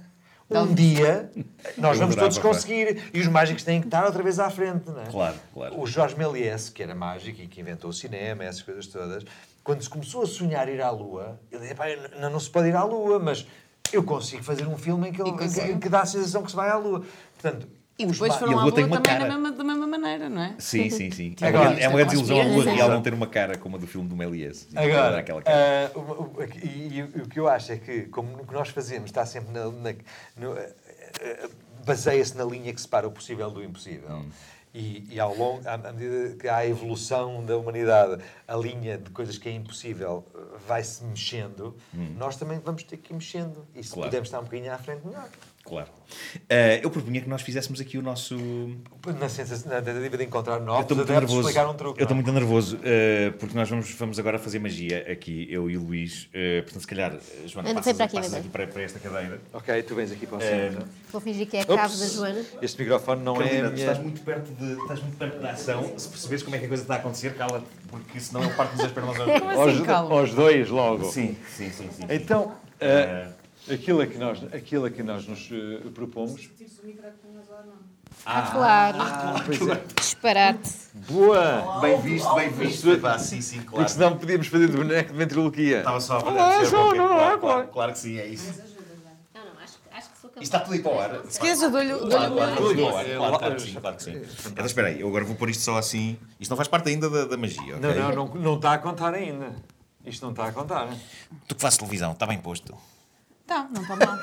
S4: Não.
S3: Um dia nós
S1: Eu
S3: vamos
S1: adorava,
S3: todos
S1: pá.
S3: conseguir e os mágicos têm que estar outra vez à frente, não é?
S1: Claro, claro.
S3: O Jorge Méliès, que era mágico e que inventou o cinema, essas coisas todas, quando se começou a sonhar ir à Lua, ele disse: "Epá, eu não, não se pode ir à Lua, mas eu consigo fazer um filme em que, ele- em que,
S4: consegue.
S3: em que dá a sensação que se vai à Lua. Portanto,
S4: E
S3: os
S4: depois
S3: ma-
S1: e
S4: foram
S1: a
S4: à
S1: lua
S4: lua
S1: tem uma
S4: também na
S1: cara.
S4: mesma, da mesma maneira, não é?
S1: Sim, sim, sim. É
S3: Agora,
S1: uma grande- é uma grande desilusão a lua
S2: conspiração.
S1: real não ter uma cara como a do filme do Méliès. Sim,
S3: Agora,
S1: aquela cara.
S3: ah, o- o- aqui- e, e o- e o que eu acho é que, como o que nós fazemos está sempre na. na- no- eh, eh, baseia-se na linha que separa o possível do impossível.
S1: Hum.
S3: E, e ao longo, à, à medida que há a evolução da humanidade, a linha de coisas que é impossível eh, vai-se mexendo, nós também vamos ter que ir mexendo. E se
S1: Hum. Claro.
S3: pudermos estar um bocadinho à frente, melhor.
S1: Claro. Ah, eu propunha que nós fizéssemos aqui o nosso.
S3: Na, sensação, na tentativa de encontrar
S1: Eu
S3: novos,
S1: estou muito
S3: adeptos,
S1: nervoso.
S3: explicar um truque.
S1: eu estou
S3: não é?
S1: muito nervoso ah, porque nós vamos, vamos agora fazer magia aqui, eu e o Luís. Ah, portanto, se calhar, ah, Joana,
S2: Eu não sei
S1: passas,
S2: para aqui,
S1: passas
S2: mas é.
S1: aqui para, para esta cadeira.
S3: Ok, tu vens aqui para o centro.
S2: Vou fingir que é a cave da Joana.
S3: Este microfone não
S1: Carolina,
S3: é. a
S1: tu
S3: minha-
S1: estás muito perto de- estás muito perto da ação. Se perceberes como é que a coisa está a acontecer, cala-te, porque senão ele parte-nos as pernas aos
S4: Como
S1: dois.
S4: assim, calma?
S3: dois logo.
S1: Sim, sim, sim. sim.
S3: Então,
S1: Eh,
S3: eh, aquilo a que nós, aquilo a que nós nos eh, propomos.
S2: Ah, claro.
S4: é.
S2: Disparate.
S3: Boa!
S1: Bem visto, bem visto. Epá, sim, sim,
S3: Porque
S1: claro.
S3: senão podíamos fazer de boneco de ventriloquia.
S1: Estava só a fazer dizer, ok, claro, claro, claro que sim, é isso. Isto
S2: Não, não, acho, que- acho que sou capaz.
S1: está tudo aí para o ar.
S4: Se queres, eu dou-lhe dou-lhe
S1: Claro,
S4: uma.
S1: claro, tudo para o ar. Claro, claro que sim, claro que sim. Então espera aí, eu agora vou pôr isto só assim. Isto não faz parte ainda da, da magia, ok?
S3: Não, não, não, não está a contar ainda. Isto não está a contar.
S1: Tu que fazes televisão, está bem posto.
S4: Tá, não está mal.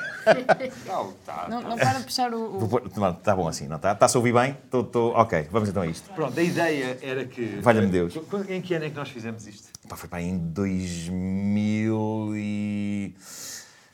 S3: Não, está.
S4: Não, não para de puxar o.
S1: Vou
S4: o-
S1: pôr- Não, está bom assim, não está? Está-se a ouvir bem? Tô, tô... Ok, vamos então a isto.
S3: Pronto, a ideia era que.
S1: Valha-me Deus.
S3: Qu- qu- Em que ano é que nós fizemos isto?
S1: Pá, foi para aí em 2000 e...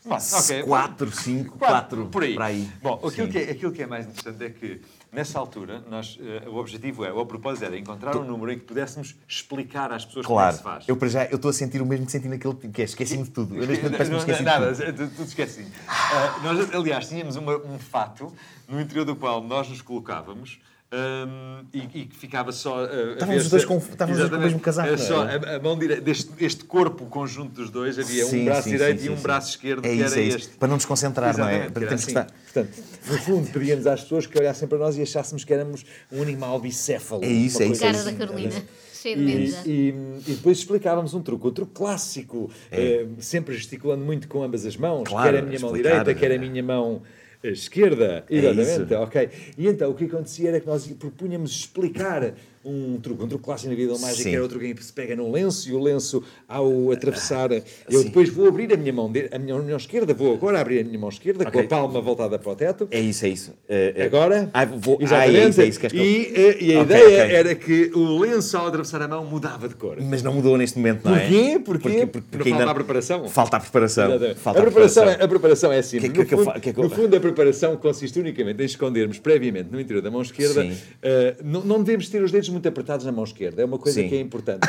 S3: Bom, ok.
S1: 4, 5,
S3: Quatro,
S1: 4,
S3: por aí.
S1: para aí.
S3: Bom, aquilo
S1: Sim.
S3: que, é, aquilo que é mais interessante é que
S5: Nessa altura, nós, eh, o objetivo é, o propósito era encontrar um número em que pudéssemos explicar às pessoas como é que se
S1: Claro,
S5: faz.
S1: eu para já eu estou a sentir o mesmo que senti naquele tempo, que é esqueci-me de tudo. Eu neste momento parece que
S5: Não,
S1: me
S5: é
S1: esqueci de
S5: nada,
S1: tudo.
S5: tudo, tudo esqueci. Ah, nós, aliás, tínhamos uma- um fato no interior do qual nós nos colocávamos. ahm, e e que ficava só. ah, a
S1: Estávamos
S5: ver
S1: os dois
S5: se-
S1: com- estávamos os dois com
S5: Exatamente.
S1: o mesmo casaco,
S5: Era
S1: não é?
S5: só
S1: era?
S5: a, a mão direita, deste, este corpo conjunto dos dois,
S3: é
S5: havia um
S1: Sim,
S5: braço
S1: sim,
S5: direito
S1: sim,
S5: e um
S1: sim,
S5: braço
S1: sim.
S5: esquerdo,
S1: é
S5: que
S1: isso,
S5: era
S1: é isso.
S5: este.
S1: Para não nos concentrar, não é?
S5: Exatamente,
S1: Para
S5: era
S1: temos que
S5: assim.
S1: estar.
S3: Portanto, no fundo, pedíamos às pessoas que olhassem para nós e achássemos que éramos um animal bicéfalo.
S1: É isso,
S3: uma
S1: é
S3: coisa assim,
S1: isso, é isso.
S2: Cara da Carolina, cheia de medo já.
S3: E, e, e depois explicávamos um truque, o truque clássico, eh, sempre gesticulando muito com ambas as mãos,
S1: É. Claro,
S3: quer a minha mão
S1: explicar,
S3: direita, quer
S1: é.
S3: a minha mão eh, esquerda, exatamente,
S1: isso.
S3: ok. E então o que acontecia era que nós propunhamos explicar um truque, um truque clássico na vida mágica,
S1: Sim.
S3: era o truque em que se pega num lenço e o lenço ao atravessar,
S1: Ah,
S3: eu depois vou abrir a minha mão, de- a minha mão esquerda, vou agora abrir a minha mão esquerda com
S1: Ok.
S3: a palma voltada para o teto,
S1: É isso, é isso. É, é-
S3: Agora?
S1: Ah, vou... ah,
S3: Exatamente.
S1: é isso, é isso que és que eu-
S3: e, eh, e a
S1: Ok,
S3: ideia
S1: ok.
S3: era que o lenço ao atravessar a mão mudava de cor.
S1: Mas não mudou neste momento, não é?
S3: Porquê?
S1: Porque,
S3: Porquê?
S1: porque,
S3: Porque
S1: porque
S3: falta
S1: ainda...
S3: a preparação.
S1: Falta a preparação.
S3: Exatamente.
S1: Falta
S3: a, preparação é, a preparação é
S1: Que-
S3: simples.
S1: que-
S3: No
S1: que eu
S3: fundo-
S1: fa- que- que eu-
S3: No fundo, a preparação consiste unicamente em escondermos previamente no interior da mão esquerda.
S1: Sim.
S3: eh, não, não devemos ter os dedos muito apertados na mão esquerda. É uma coisa
S1: Sim.
S3: que é importante.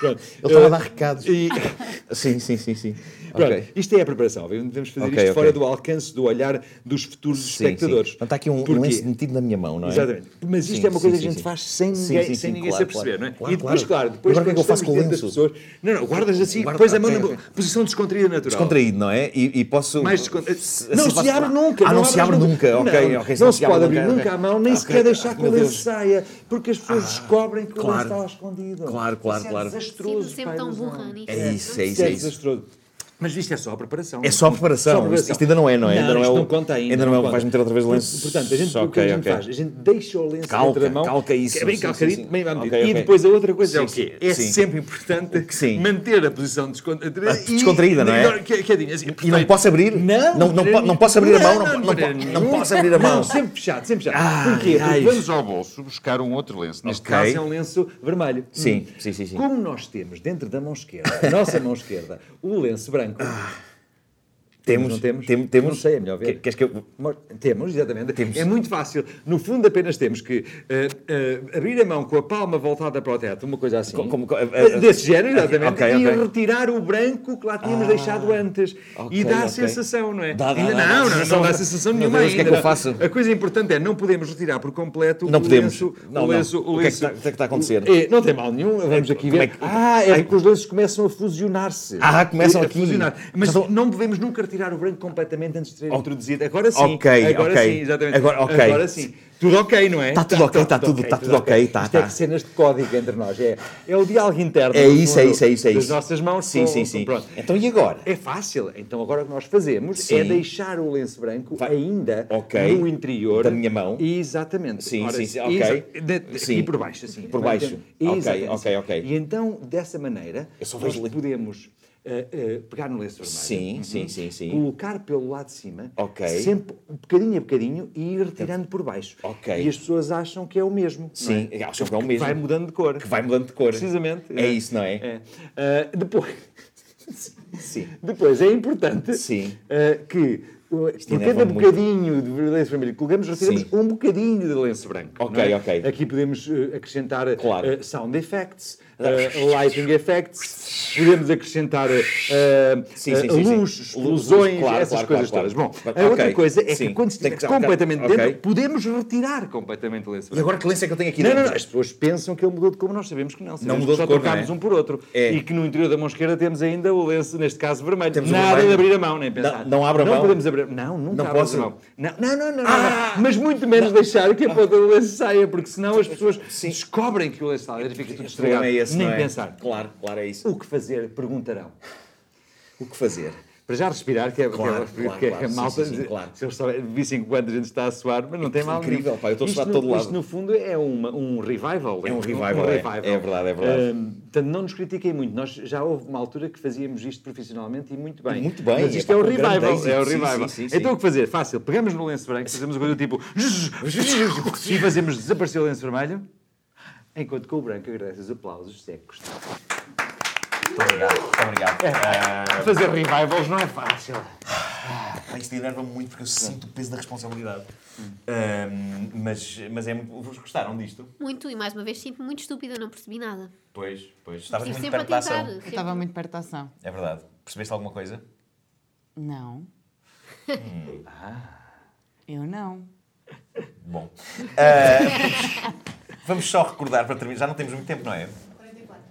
S3: Pronto.
S1: Ele estava a
S3: Eh,
S1: dar recados.
S3: E,
S1: Sim, sim, sim, sim.
S3: pronto,
S1: Ok.
S3: Isto é a preparação. obviamente, Devemos fazer
S1: Ok,
S3: isto
S1: ok.
S3: fora do alcance do olhar dos futuros
S1: Sim,
S3: espectadores.
S1: Sim. Portanto, está aqui um, um
S3: Porquê?
S1: lenço metido na minha mão, não é?
S3: Exatamente. Mas isto
S1: Sim,
S3: é uma coisa
S1: sim, sim,
S3: que a gente
S1: sim.
S3: faz sem
S1: Sim,
S3: ninguém,
S1: sim,
S3: sem
S1: sim,
S3: ninguém se
S1: claro,
S3: aperceber,
S1: claro.
S3: não é? e depois, claro, depois
S1: Agora o que é que eu
S3: quando
S1: faço com o
S3: estamos
S1: lenço?
S3: diante das pessoas. Não, não, guardas assim,
S1: Guarda-
S3: pões a mão
S1: ok,
S3: na
S1: ok.
S3: posição descontraída natural.
S1: Descontraído, não é? E, e posso.
S3: Mais descontraído.
S1: Se-
S3: Não
S1: assim
S3: se
S1: faço-
S3: abre nunca.
S1: Ah, não, se abre nunca. Ok,
S3: Não,
S1: ok.
S3: não se pode
S1: abre
S3: abrir nunca
S1: ok.
S3: a mão, nem
S1: Ok.
S3: sequer deixar
S1: Ah,
S3: que o
S1: meu
S3: lenço
S1: Deus. Ah.
S3: saia, porque as pessoas descobrem que o
S1: claro.
S3: lenço está lá escondido.
S1: Claro, claro,
S3: Isso é
S1: claro.
S3: desastroso,
S2: Sinto sempre
S3: pá,
S2: tão
S3: Deus,
S2: burra
S3: não.
S2: nisso.
S1: É isso, é isso,
S3: Isso
S1: é
S3: é
S1: isso.
S3: desastroso. Mas isto é só a preparação.
S1: É só a preparação.
S3: Só a preparação.
S1: Isto ainda não é, não é? ainda não é
S3: isto
S1: o-
S3: não conta ainda.
S1: ainda não é o que
S3: conta.
S1: vais meter outra vez o lenço.
S3: Portanto, a gente, o que
S1: Ok,
S3: a gente
S1: ok.
S3: faz? A gente deixa o lenço
S1: Calca,
S3: entre a mão.
S1: calca isso,
S3: É bem
S1: sim,
S3: calcadito,
S1: sim, sim.
S3: bem bem medido.
S1: Ok,
S3: E
S1: ok.
S3: depois a outra coisa é o
S1: Sim,
S3: quê?
S1: sim.
S3: É
S1: Sim.
S3: sempre importante
S1: Sim. Ah,
S3: manter a posição descontraída. e-
S1: Descontraída, não é?
S3: Que- que é assim,
S1: E não
S3: perfeito.
S1: posso abrir?
S3: Não,
S1: Não, não,
S3: maneira
S1: po- não posso abrir a mão?
S3: nenhuma.
S1: Não, não, po-
S3: maneira
S1: não
S3: nenhuma.
S1: posso abrir a mão?
S3: Não, sempre fechado, sempre fechado.
S1: Ai,
S3: Porquê? Porque
S1: ai.
S3: vamos ao
S6: ao bolso buscar um outro lenço. Neste
S3: Neste caso é um lenço vermelho.
S1: Sim,
S3: Hum.
S1: sim, sim, sim.
S3: Como nós temos dentro da mão esquerda, a nossa mão esquerda, o lenço branco.
S1: Temos,
S3: não temos?
S1: tem- temos.
S3: Não sei, é melhor ver.
S1: Que- Queres que eu.
S3: Mo- Temos, exatamente.
S1: Temos.
S3: É muito fácil. No fundo, apenas temos que eh, eh, abrir a mão com a palma voltada para o teto, uma coisa assim.
S1: Co- como- co- eh, eh,
S3: Desse género, exatamente.
S1: ok, ok.
S3: E
S1: Ah,
S3: retirar o branco que lá tínhamos deixado antes.
S1: ok,
S3: e dá
S1: ok.
S3: a sensação, não é?
S1: Dá, dá,
S3: Ainda
S1: dá, dá.
S3: não, não,
S1: Sensação.
S3: não dá sensação
S1: Meu
S3: nenhuma
S1: Deus, o que é que
S3: ainda.
S1: eu faço?
S3: A coisa importante é não podemos retirar por completo
S1: Não
S3: o
S1: podemos.
S3: lenço.
S1: Não,
S3: o
S1: não.
S3: lenço,
S1: O que é que tá- o que é que está a acontecer?
S3: É, não tem mal nenhum. Vamos aqui
S1: como
S3: ver.
S1: é que-
S3: Ah, é porque os lenços começam a fusionar-se. É,
S1: Ah, começam
S3: a
S1: aqui. Então-
S3: fusionar. Mas
S1: Já estão-
S3: não devemos nunca retirar o branco completamente antes de
S1: Oh.
S3: ser introduzido. Agora sim.
S1: Ok,
S3: agora
S1: ok.
S3: sim, exatamente.
S1: Agora- ok.
S3: Agora sim. Tudo ok, não é?
S1: Tá tudo ok, tá tudo- tá tudo ok, tá,
S3: Isto é
S1: tá.
S3: que cenas de código entre nós. É, é o diálogo interno.
S1: É
S3: no
S1: isso, é
S3: fundo,
S1: isso, é isso, é
S3: Das
S1: isso.
S3: nossas mãos.
S1: Sim,
S3: com-
S1: sim,
S3: com-
S1: sim.
S3: pronto.
S1: Então e agora?
S3: É fácil. Então agora o que nós fazemos é
S1: Sim.
S3: deixar o lenço branco
S1: Vai-
S3: ainda
S1: Ok.
S3: no interior.
S1: Da minha mão.
S3: Exatamente.
S1: Sim, sim, sim,
S3: exa-
S1: ok.
S3: de- de-
S1: Sim.
S3: Aqui por baixo, assim.
S1: Por baixo. Ok,
S3: Exatamente.
S1: ok, ok.
S3: E então, dessa maneira,
S1: Eu só
S3: nós
S1: vejo le-
S3: podemos eh, eh, pegar no lenço vermelho
S1: Sim, sim, sim, sim.
S3: colocar pelo lado de cima,
S1: Ok.
S3: sempre um bocadinho a bocadinho e ir retirando por baixo.
S1: Ok.
S3: E as pessoas acham que é o mesmo.
S1: Sim,
S3: não é?
S1: acham que é o mesmo.
S3: Vai mudando de cor.
S1: Que vai mudando de cor.
S3: Precisamente.
S1: É isso, não é?
S3: É. Ah, depois,
S1: Sim.
S3: depois é importante
S1: Sim.
S3: ah, que uh, por
S1: enerva
S3: cada
S1: é muito.
S3: bocadinho de lenço vermelho que colocamos, retiramos
S1: Sim.
S3: um bocadinho de lenço branco.
S1: Ok,
S3: não é?
S1: ok.
S3: Aqui podemos ah, acrescentar
S1: Claro. Tá.
S3: ah, sound effects, ah, lighting effects, podemos acrescentar ah,
S1: Sim,
S3: ah,
S1: sim, sim, sim.
S3: luz,
S1: Luz,
S3: explosões,
S1: claro,
S3: essas
S1: claro,
S3: coisas
S1: claro,
S3: todas.
S1: claro.
S3: Bom,
S1: Ok.
S3: a outra coisa é
S1: Sim.
S3: que quando
S1: Tem que
S3: estiver
S1: ficar-
S3: completamente
S1: ok.
S3: dentro, podemos retirar completamente o lenço
S1: E
S3: branco.
S1: agora que lenço é que eu tenho aqui
S3: Não,
S1: dentro?
S3: não, não. As pessoas pensam que ele mudou de cor, mas nós sabemos que não. Sabemos
S1: mudou
S3: que só
S1: de cor, não é?
S3: trocámos um por outro.
S1: É.
S3: E que no interior da mão esquerda temos ainda o lenço, neste caso, vermelho.
S1: Temos o
S3: Nada
S1: vermelho.
S3: de abrir a mão, nem pensar.
S1: Não- não abro a mão?
S3: Não podemos abrir Não, nunca
S1: Não Ah!
S3: abro
S1: posso?
S3: a mão. Não, não, não, não, não, não. Mas muito menos deixar que a ponta do lenço saia, porque senão as pessoas descobrem que o lenço está lá e fica tudo
S1: O problema
S3: estragado.
S1: é esse,
S3: nem
S1: não é?
S3: pensar.
S1: Claro, claro, é isso.
S3: O que fazer? Perguntarão.
S1: O que fazer?
S3: Para já respirar, que é,
S1: Claro,
S3: que é,
S1: claro,
S3: que é
S1: claro.
S3: a
S1: Sim,
S3: malta.
S1: sim, sim, claro. É
S3: Se eles souber- vissem quando a gente está a suar, mas não tem mal. nenhum.
S1: incrível, pá, eu estou a
S3: Isto
S1: suar de
S3: no-
S1: todo lado.
S3: Isto, no fundo, é uma, um revival.
S1: É um revival, é. É verdade, é verdade.
S3: Ahm, portanto, não nos critiquem muito. Nós já houve uma altura que fazíamos isto profissionalmente e muito bem.
S1: Muito bem,
S3: Mas
S1: é
S3: isto
S1: pá,
S3: é, o
S1: com grande
S3: revival.
S1: êxito.
S3: É o
S1: Sim, sim,
S3: revival.
S1: sim, sim.
S3: Então, o que fazer? Fácil. Pegamos no lenço branco, fazemos uma coisa do tipo. e fazemos desaparecer o lenço vermelho. Enquanto com o branco agradece os aplausos secos.
S1: Muito obrigado, muito obrigado.
S3: Fazer revivals não é fácil.
S1: Pá, isto enerva-me muito porque eu sinto o peso da responsabilidade.
S3: Hum.
S1: Ahm, mas, mas é muito. Vos gostaram disto?
S7: Muito, e mais uma vez, sinto-me muito estúpida, não percebi nada.
S1: Pois, pois. Estavas
S7: Estive
S1: muito
S7: sempre a
S1: perto da
S7: tentar.
S1: ação.
S7: sempre.
S4: Eu estava muito perto da ação.
S1: É verdade. Percebeste alguma coisa?
S4: Não.
S1: Hum.
S4: Eu não.
S1: Bom. Ah, vamos só recordar para terminar. Já não temos muito tempo, não é?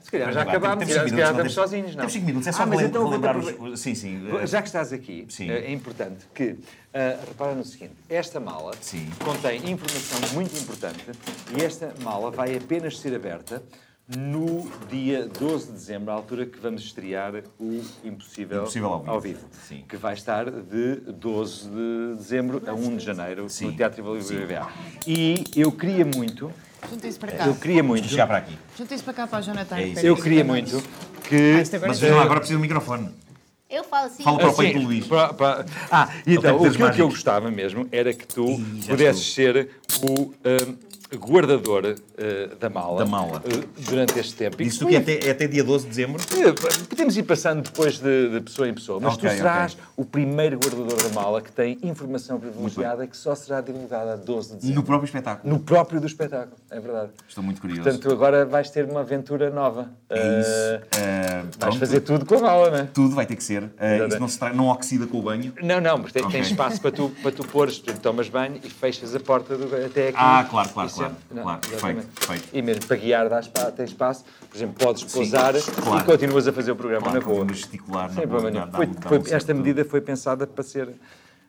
S3: Se calhar já
S1: Vá,
S3: acabámos,
S1: temos
S3: se calhar
S1: cinco minutos,
S3: se calhar
S1: não
S3: estamos
S1: temos-
S3: sozinhos, não?
S1: Temos 5 minutos, é só
S3: Ah, mas
S1: relem-
S3: então vou-te
S1: relembrar
S3: aprove-
S1: os. Sim, sim. ah,
S3: Já que estás aqui,
S1: Sim.
S3: eh, é importante que eh, repara no seguinte: esta mala
S1: Sim.
S3: contém informação muito importante e esta mala vai apenas ser aberta no dia 12 de dezembro, à altura que vamos estrear o Impossível,
S1: Impossível ao vivo.
S3: ao vivo.
S1: Sim.
S3: Que vai estar de 12 de dezembro a 1 de janeiro
S1: Sim.
S3: no Teatro Ivalio BBA. E eu queria muito,
S4: Juntem-se para cá.
S3: eu queria muito,
S1: Deixa para aqui.
S4: Juntem-se para cá para a Jonathan.
S1: É isso.
S4: Pera,
S3: eu
S4: que
S3: queria
S4: não-
S3: muito que.
S1: Mas veja lá, agora é precisa do microfone.
S7: Eu falo assim.
S1: Fala para o
S3: Assim,
S1: peito do Luís.
S3: pra- pra- Ah, e então,
S1: tenho
S3: o
S1: poderes
S3: que, o que eu
S1: mágicos.
S3: gostava mesmo era que tu
S1: Ih, já
S3: pudesses ser o hum, guardador hum, da mala,
S1: Da mala.
S3: hum, durante este tempo. E
S1: Disse-te
S3: que
S1: que é até, é até dia 12 de dezembro.
S3: eh, Podemos ir passando depois de, de pessoa em pessoa, mas
S1: Ok,
S3: tu
S1: ok.
S3: serás o primeiro guardador da mala que tem informação privilegiada que só será divulgada a 12 de
S1: No
S3: dezembro.
S1: próprio espetáculo.
S3: No próprio do espetáculo, é verdade.
S1: Estou muito curioso.
S3: Portanto, agora vais ter uma aventura nova.
S1: é isso.
S3: Eh,
S1: Ah,
S3: vais
S1: pronto.
S3: fazer tudo com a mala, não é?
S1: Tudo vai ter que ser. Ah,
S3: Nada.
S1: isso não, se tra... não oxida com o banho.
S3: Não, não, mas tem,
S1: Ok.
S3: tem espaço para tu, para tu pôres, tu tomas banho e fechas a porta do, até aqui.
S1: Ah, claro, claro,
S3: Isso é-
S1: claro. claro.
S3: exatamente.
S1: Perfeito, perfeito.
S3: E mesmo para guiar dá espaço, tem espaço, por exemplo, podes pousar
S1: claro.
S3: e continuas a fazer o programa
S1: Claro,
S3: na é boa.
S1: podemos gesticular na boa,
S3: Sem problema
S1: dá-
S3: nenhum.
S1: dá
S3: Foi-
S1: um- dá
S3: foi-
S1: um certo-
S3: esta medida foi pensada para ser
S1: Claro.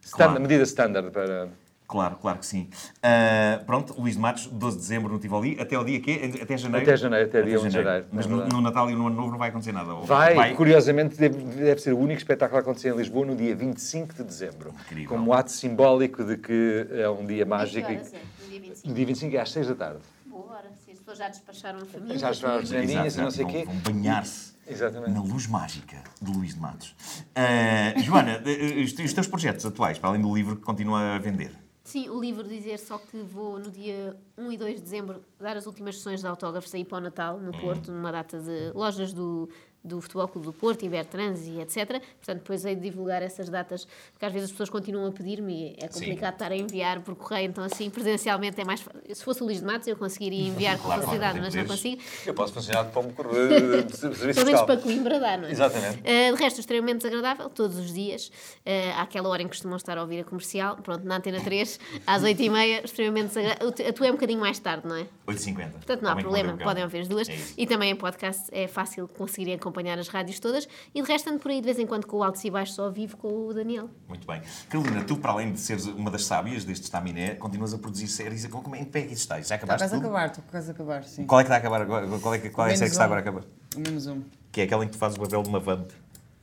S3: standard, medida standard para.
S1: Claro, claro que sim. Ah, pronto, Luís de Matos, 12 de dezembro no Tivoli. Até ao dia quê? Até janeiro?
S3: Até janeiro, até dia 1 de janeiro,
S1: Mas
S3: é
S1: no,
S3: verdade.
S1: no Natal e no Ano Novo não vai acontecer nada. ou-
S3: Vai, curiosamente, deve, deve ser o único espetáculo a acontecer em Lisboa no dia 25 de dezembro.
S1: Incrível.
S3: Como um ato simbólico de que é um dia mágico.
S7: Que
S3: e-
S7: horas é? No dia 25.
S3: No dia 25 é às 6 da tarde.
S7: Boa hora. Se as pessoas já despacharam a família.
S3: Já as as
S1: Exato,
S3: janinhas e
S1: exato.
S3: não sei o
S1: Vão-
S3: quê.
S1: Vão banhar-se
S3: Exatamente.
S1: na luz mágica de Luís de Matos. Ah, Joana, eh, os te- os teus projetos atuais, para além do livro que continua a vender?
S7: Sim, o livro dizer só que vou no dia 1 e 2 de dezembro dar as últimas sessões de autógrafos aí para o Natal, no Porto, numa data de lojas do, do Futebol Clube do Porto, Ibertrans e etc. Portanto, depois hei de divulgar essas datas, porque às vezes as pessoas continuam a pedir-me e é complicado estar a enviar por correio, então assim, presencialmente é mais fácil. Se fosse o Luís de Matos, eu conseguiria enviar com
S1: Claro,
S7: facilidade,
S1: claro,
S7: mas não
S1: poderes.
S7: consigo.
S8: Eu posso funcionar como corredor de serviço
S7: Pelo menos
S8: fiscal.
S7: para Coimbra dá, não é?
S8: Exatamente.
S7: Uh, de resto, extremamente desagradável, todos os dias, uh, àquela hora em que costumam estar a ouvir a comercial, pronto, na Antena 3, às 8h30, extremamente desagradável. O te- A tua é um bocadinho mais tarde, não é?
S1: 8,50.
S7: Portanto, não há
S1: Também
S7: problema,
S1: podem
S7: podem ouvir as duas.
S1: É isso.
S7: e também em podcast é fácil conseguirem acompanhar as rádios todas. E de resto, ando por aí de vez em quando com o Altos e Baixos ao vivo com o Daniel.
S1: Muito bem. Carolina, tu, para além de seres uma das sábias deste estaminé, continuas a produzir séries. Como como é em que pé é que isso está? Já
S4: Tá,
S1: acabaste
S4: Vais a
S1: tudo?
S4: acabar, tu vais a acabar, sim.
S1: Qual é que está a acabar agora? Qual é, que, qual é a
S4: Menos
S1: série que está
S4: um.
S1: agora a acabar?
S4: Menos um.
S1: Que é aquela em que tu fazes o papel de uma vamp.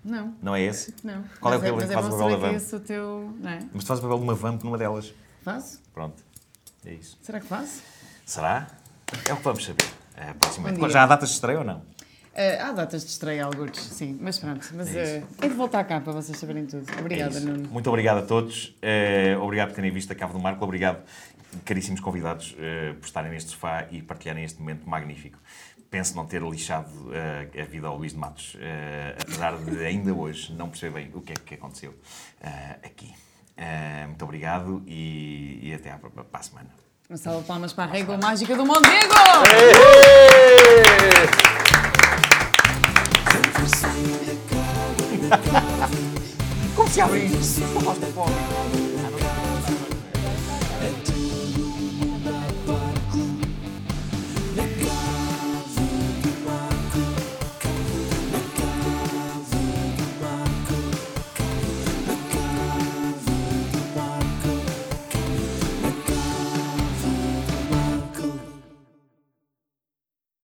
S4: Não.
S1: Não é esse?
S4: Não.
S1: Qual é o
S4: Mas
S1: que ele
S4: mas
S1: faz
S4: bom
S1: o papel da
S4: saber que
S1: Vamp?
S4: esse é o teu. Não é?
S1: Mas tu fazes o papel de uma vamp numa delas.
S4: Faço?
S1: Pronto. É isso.
S4: Será que faço?
S1: Será? É o que vamos saber. É,
S4: Bom
S1: proximamente.
S4: dia.
S1: Já há datas de estreia ou não?
S4: Ah, há datas de estreia, alguns, sim. Mas pronto. Mas é de voltar cá para vocês saberem tudo. Obrigada,
S1: É isso.
S4: Nuno.
S1: Muito obrigado a todos. Eh, obrigado por terem visto a Cabo do Marco. Obrigado, caríssimos convidados, eh, por estarem neste sofá e partilharem este momento magnífico. Penso não ter lixado eh, a vida ao Luís de Matos, eh, apesar de ainda hoje não perceber bem o que é que aconteceu eh, aqui. Eh, muito obrigado e, e até à, pró- para a semana.
S4: Uma salva de palmas para a régua mágica do Mondego!
S1: É Como se abre isso? Não gosto de fome.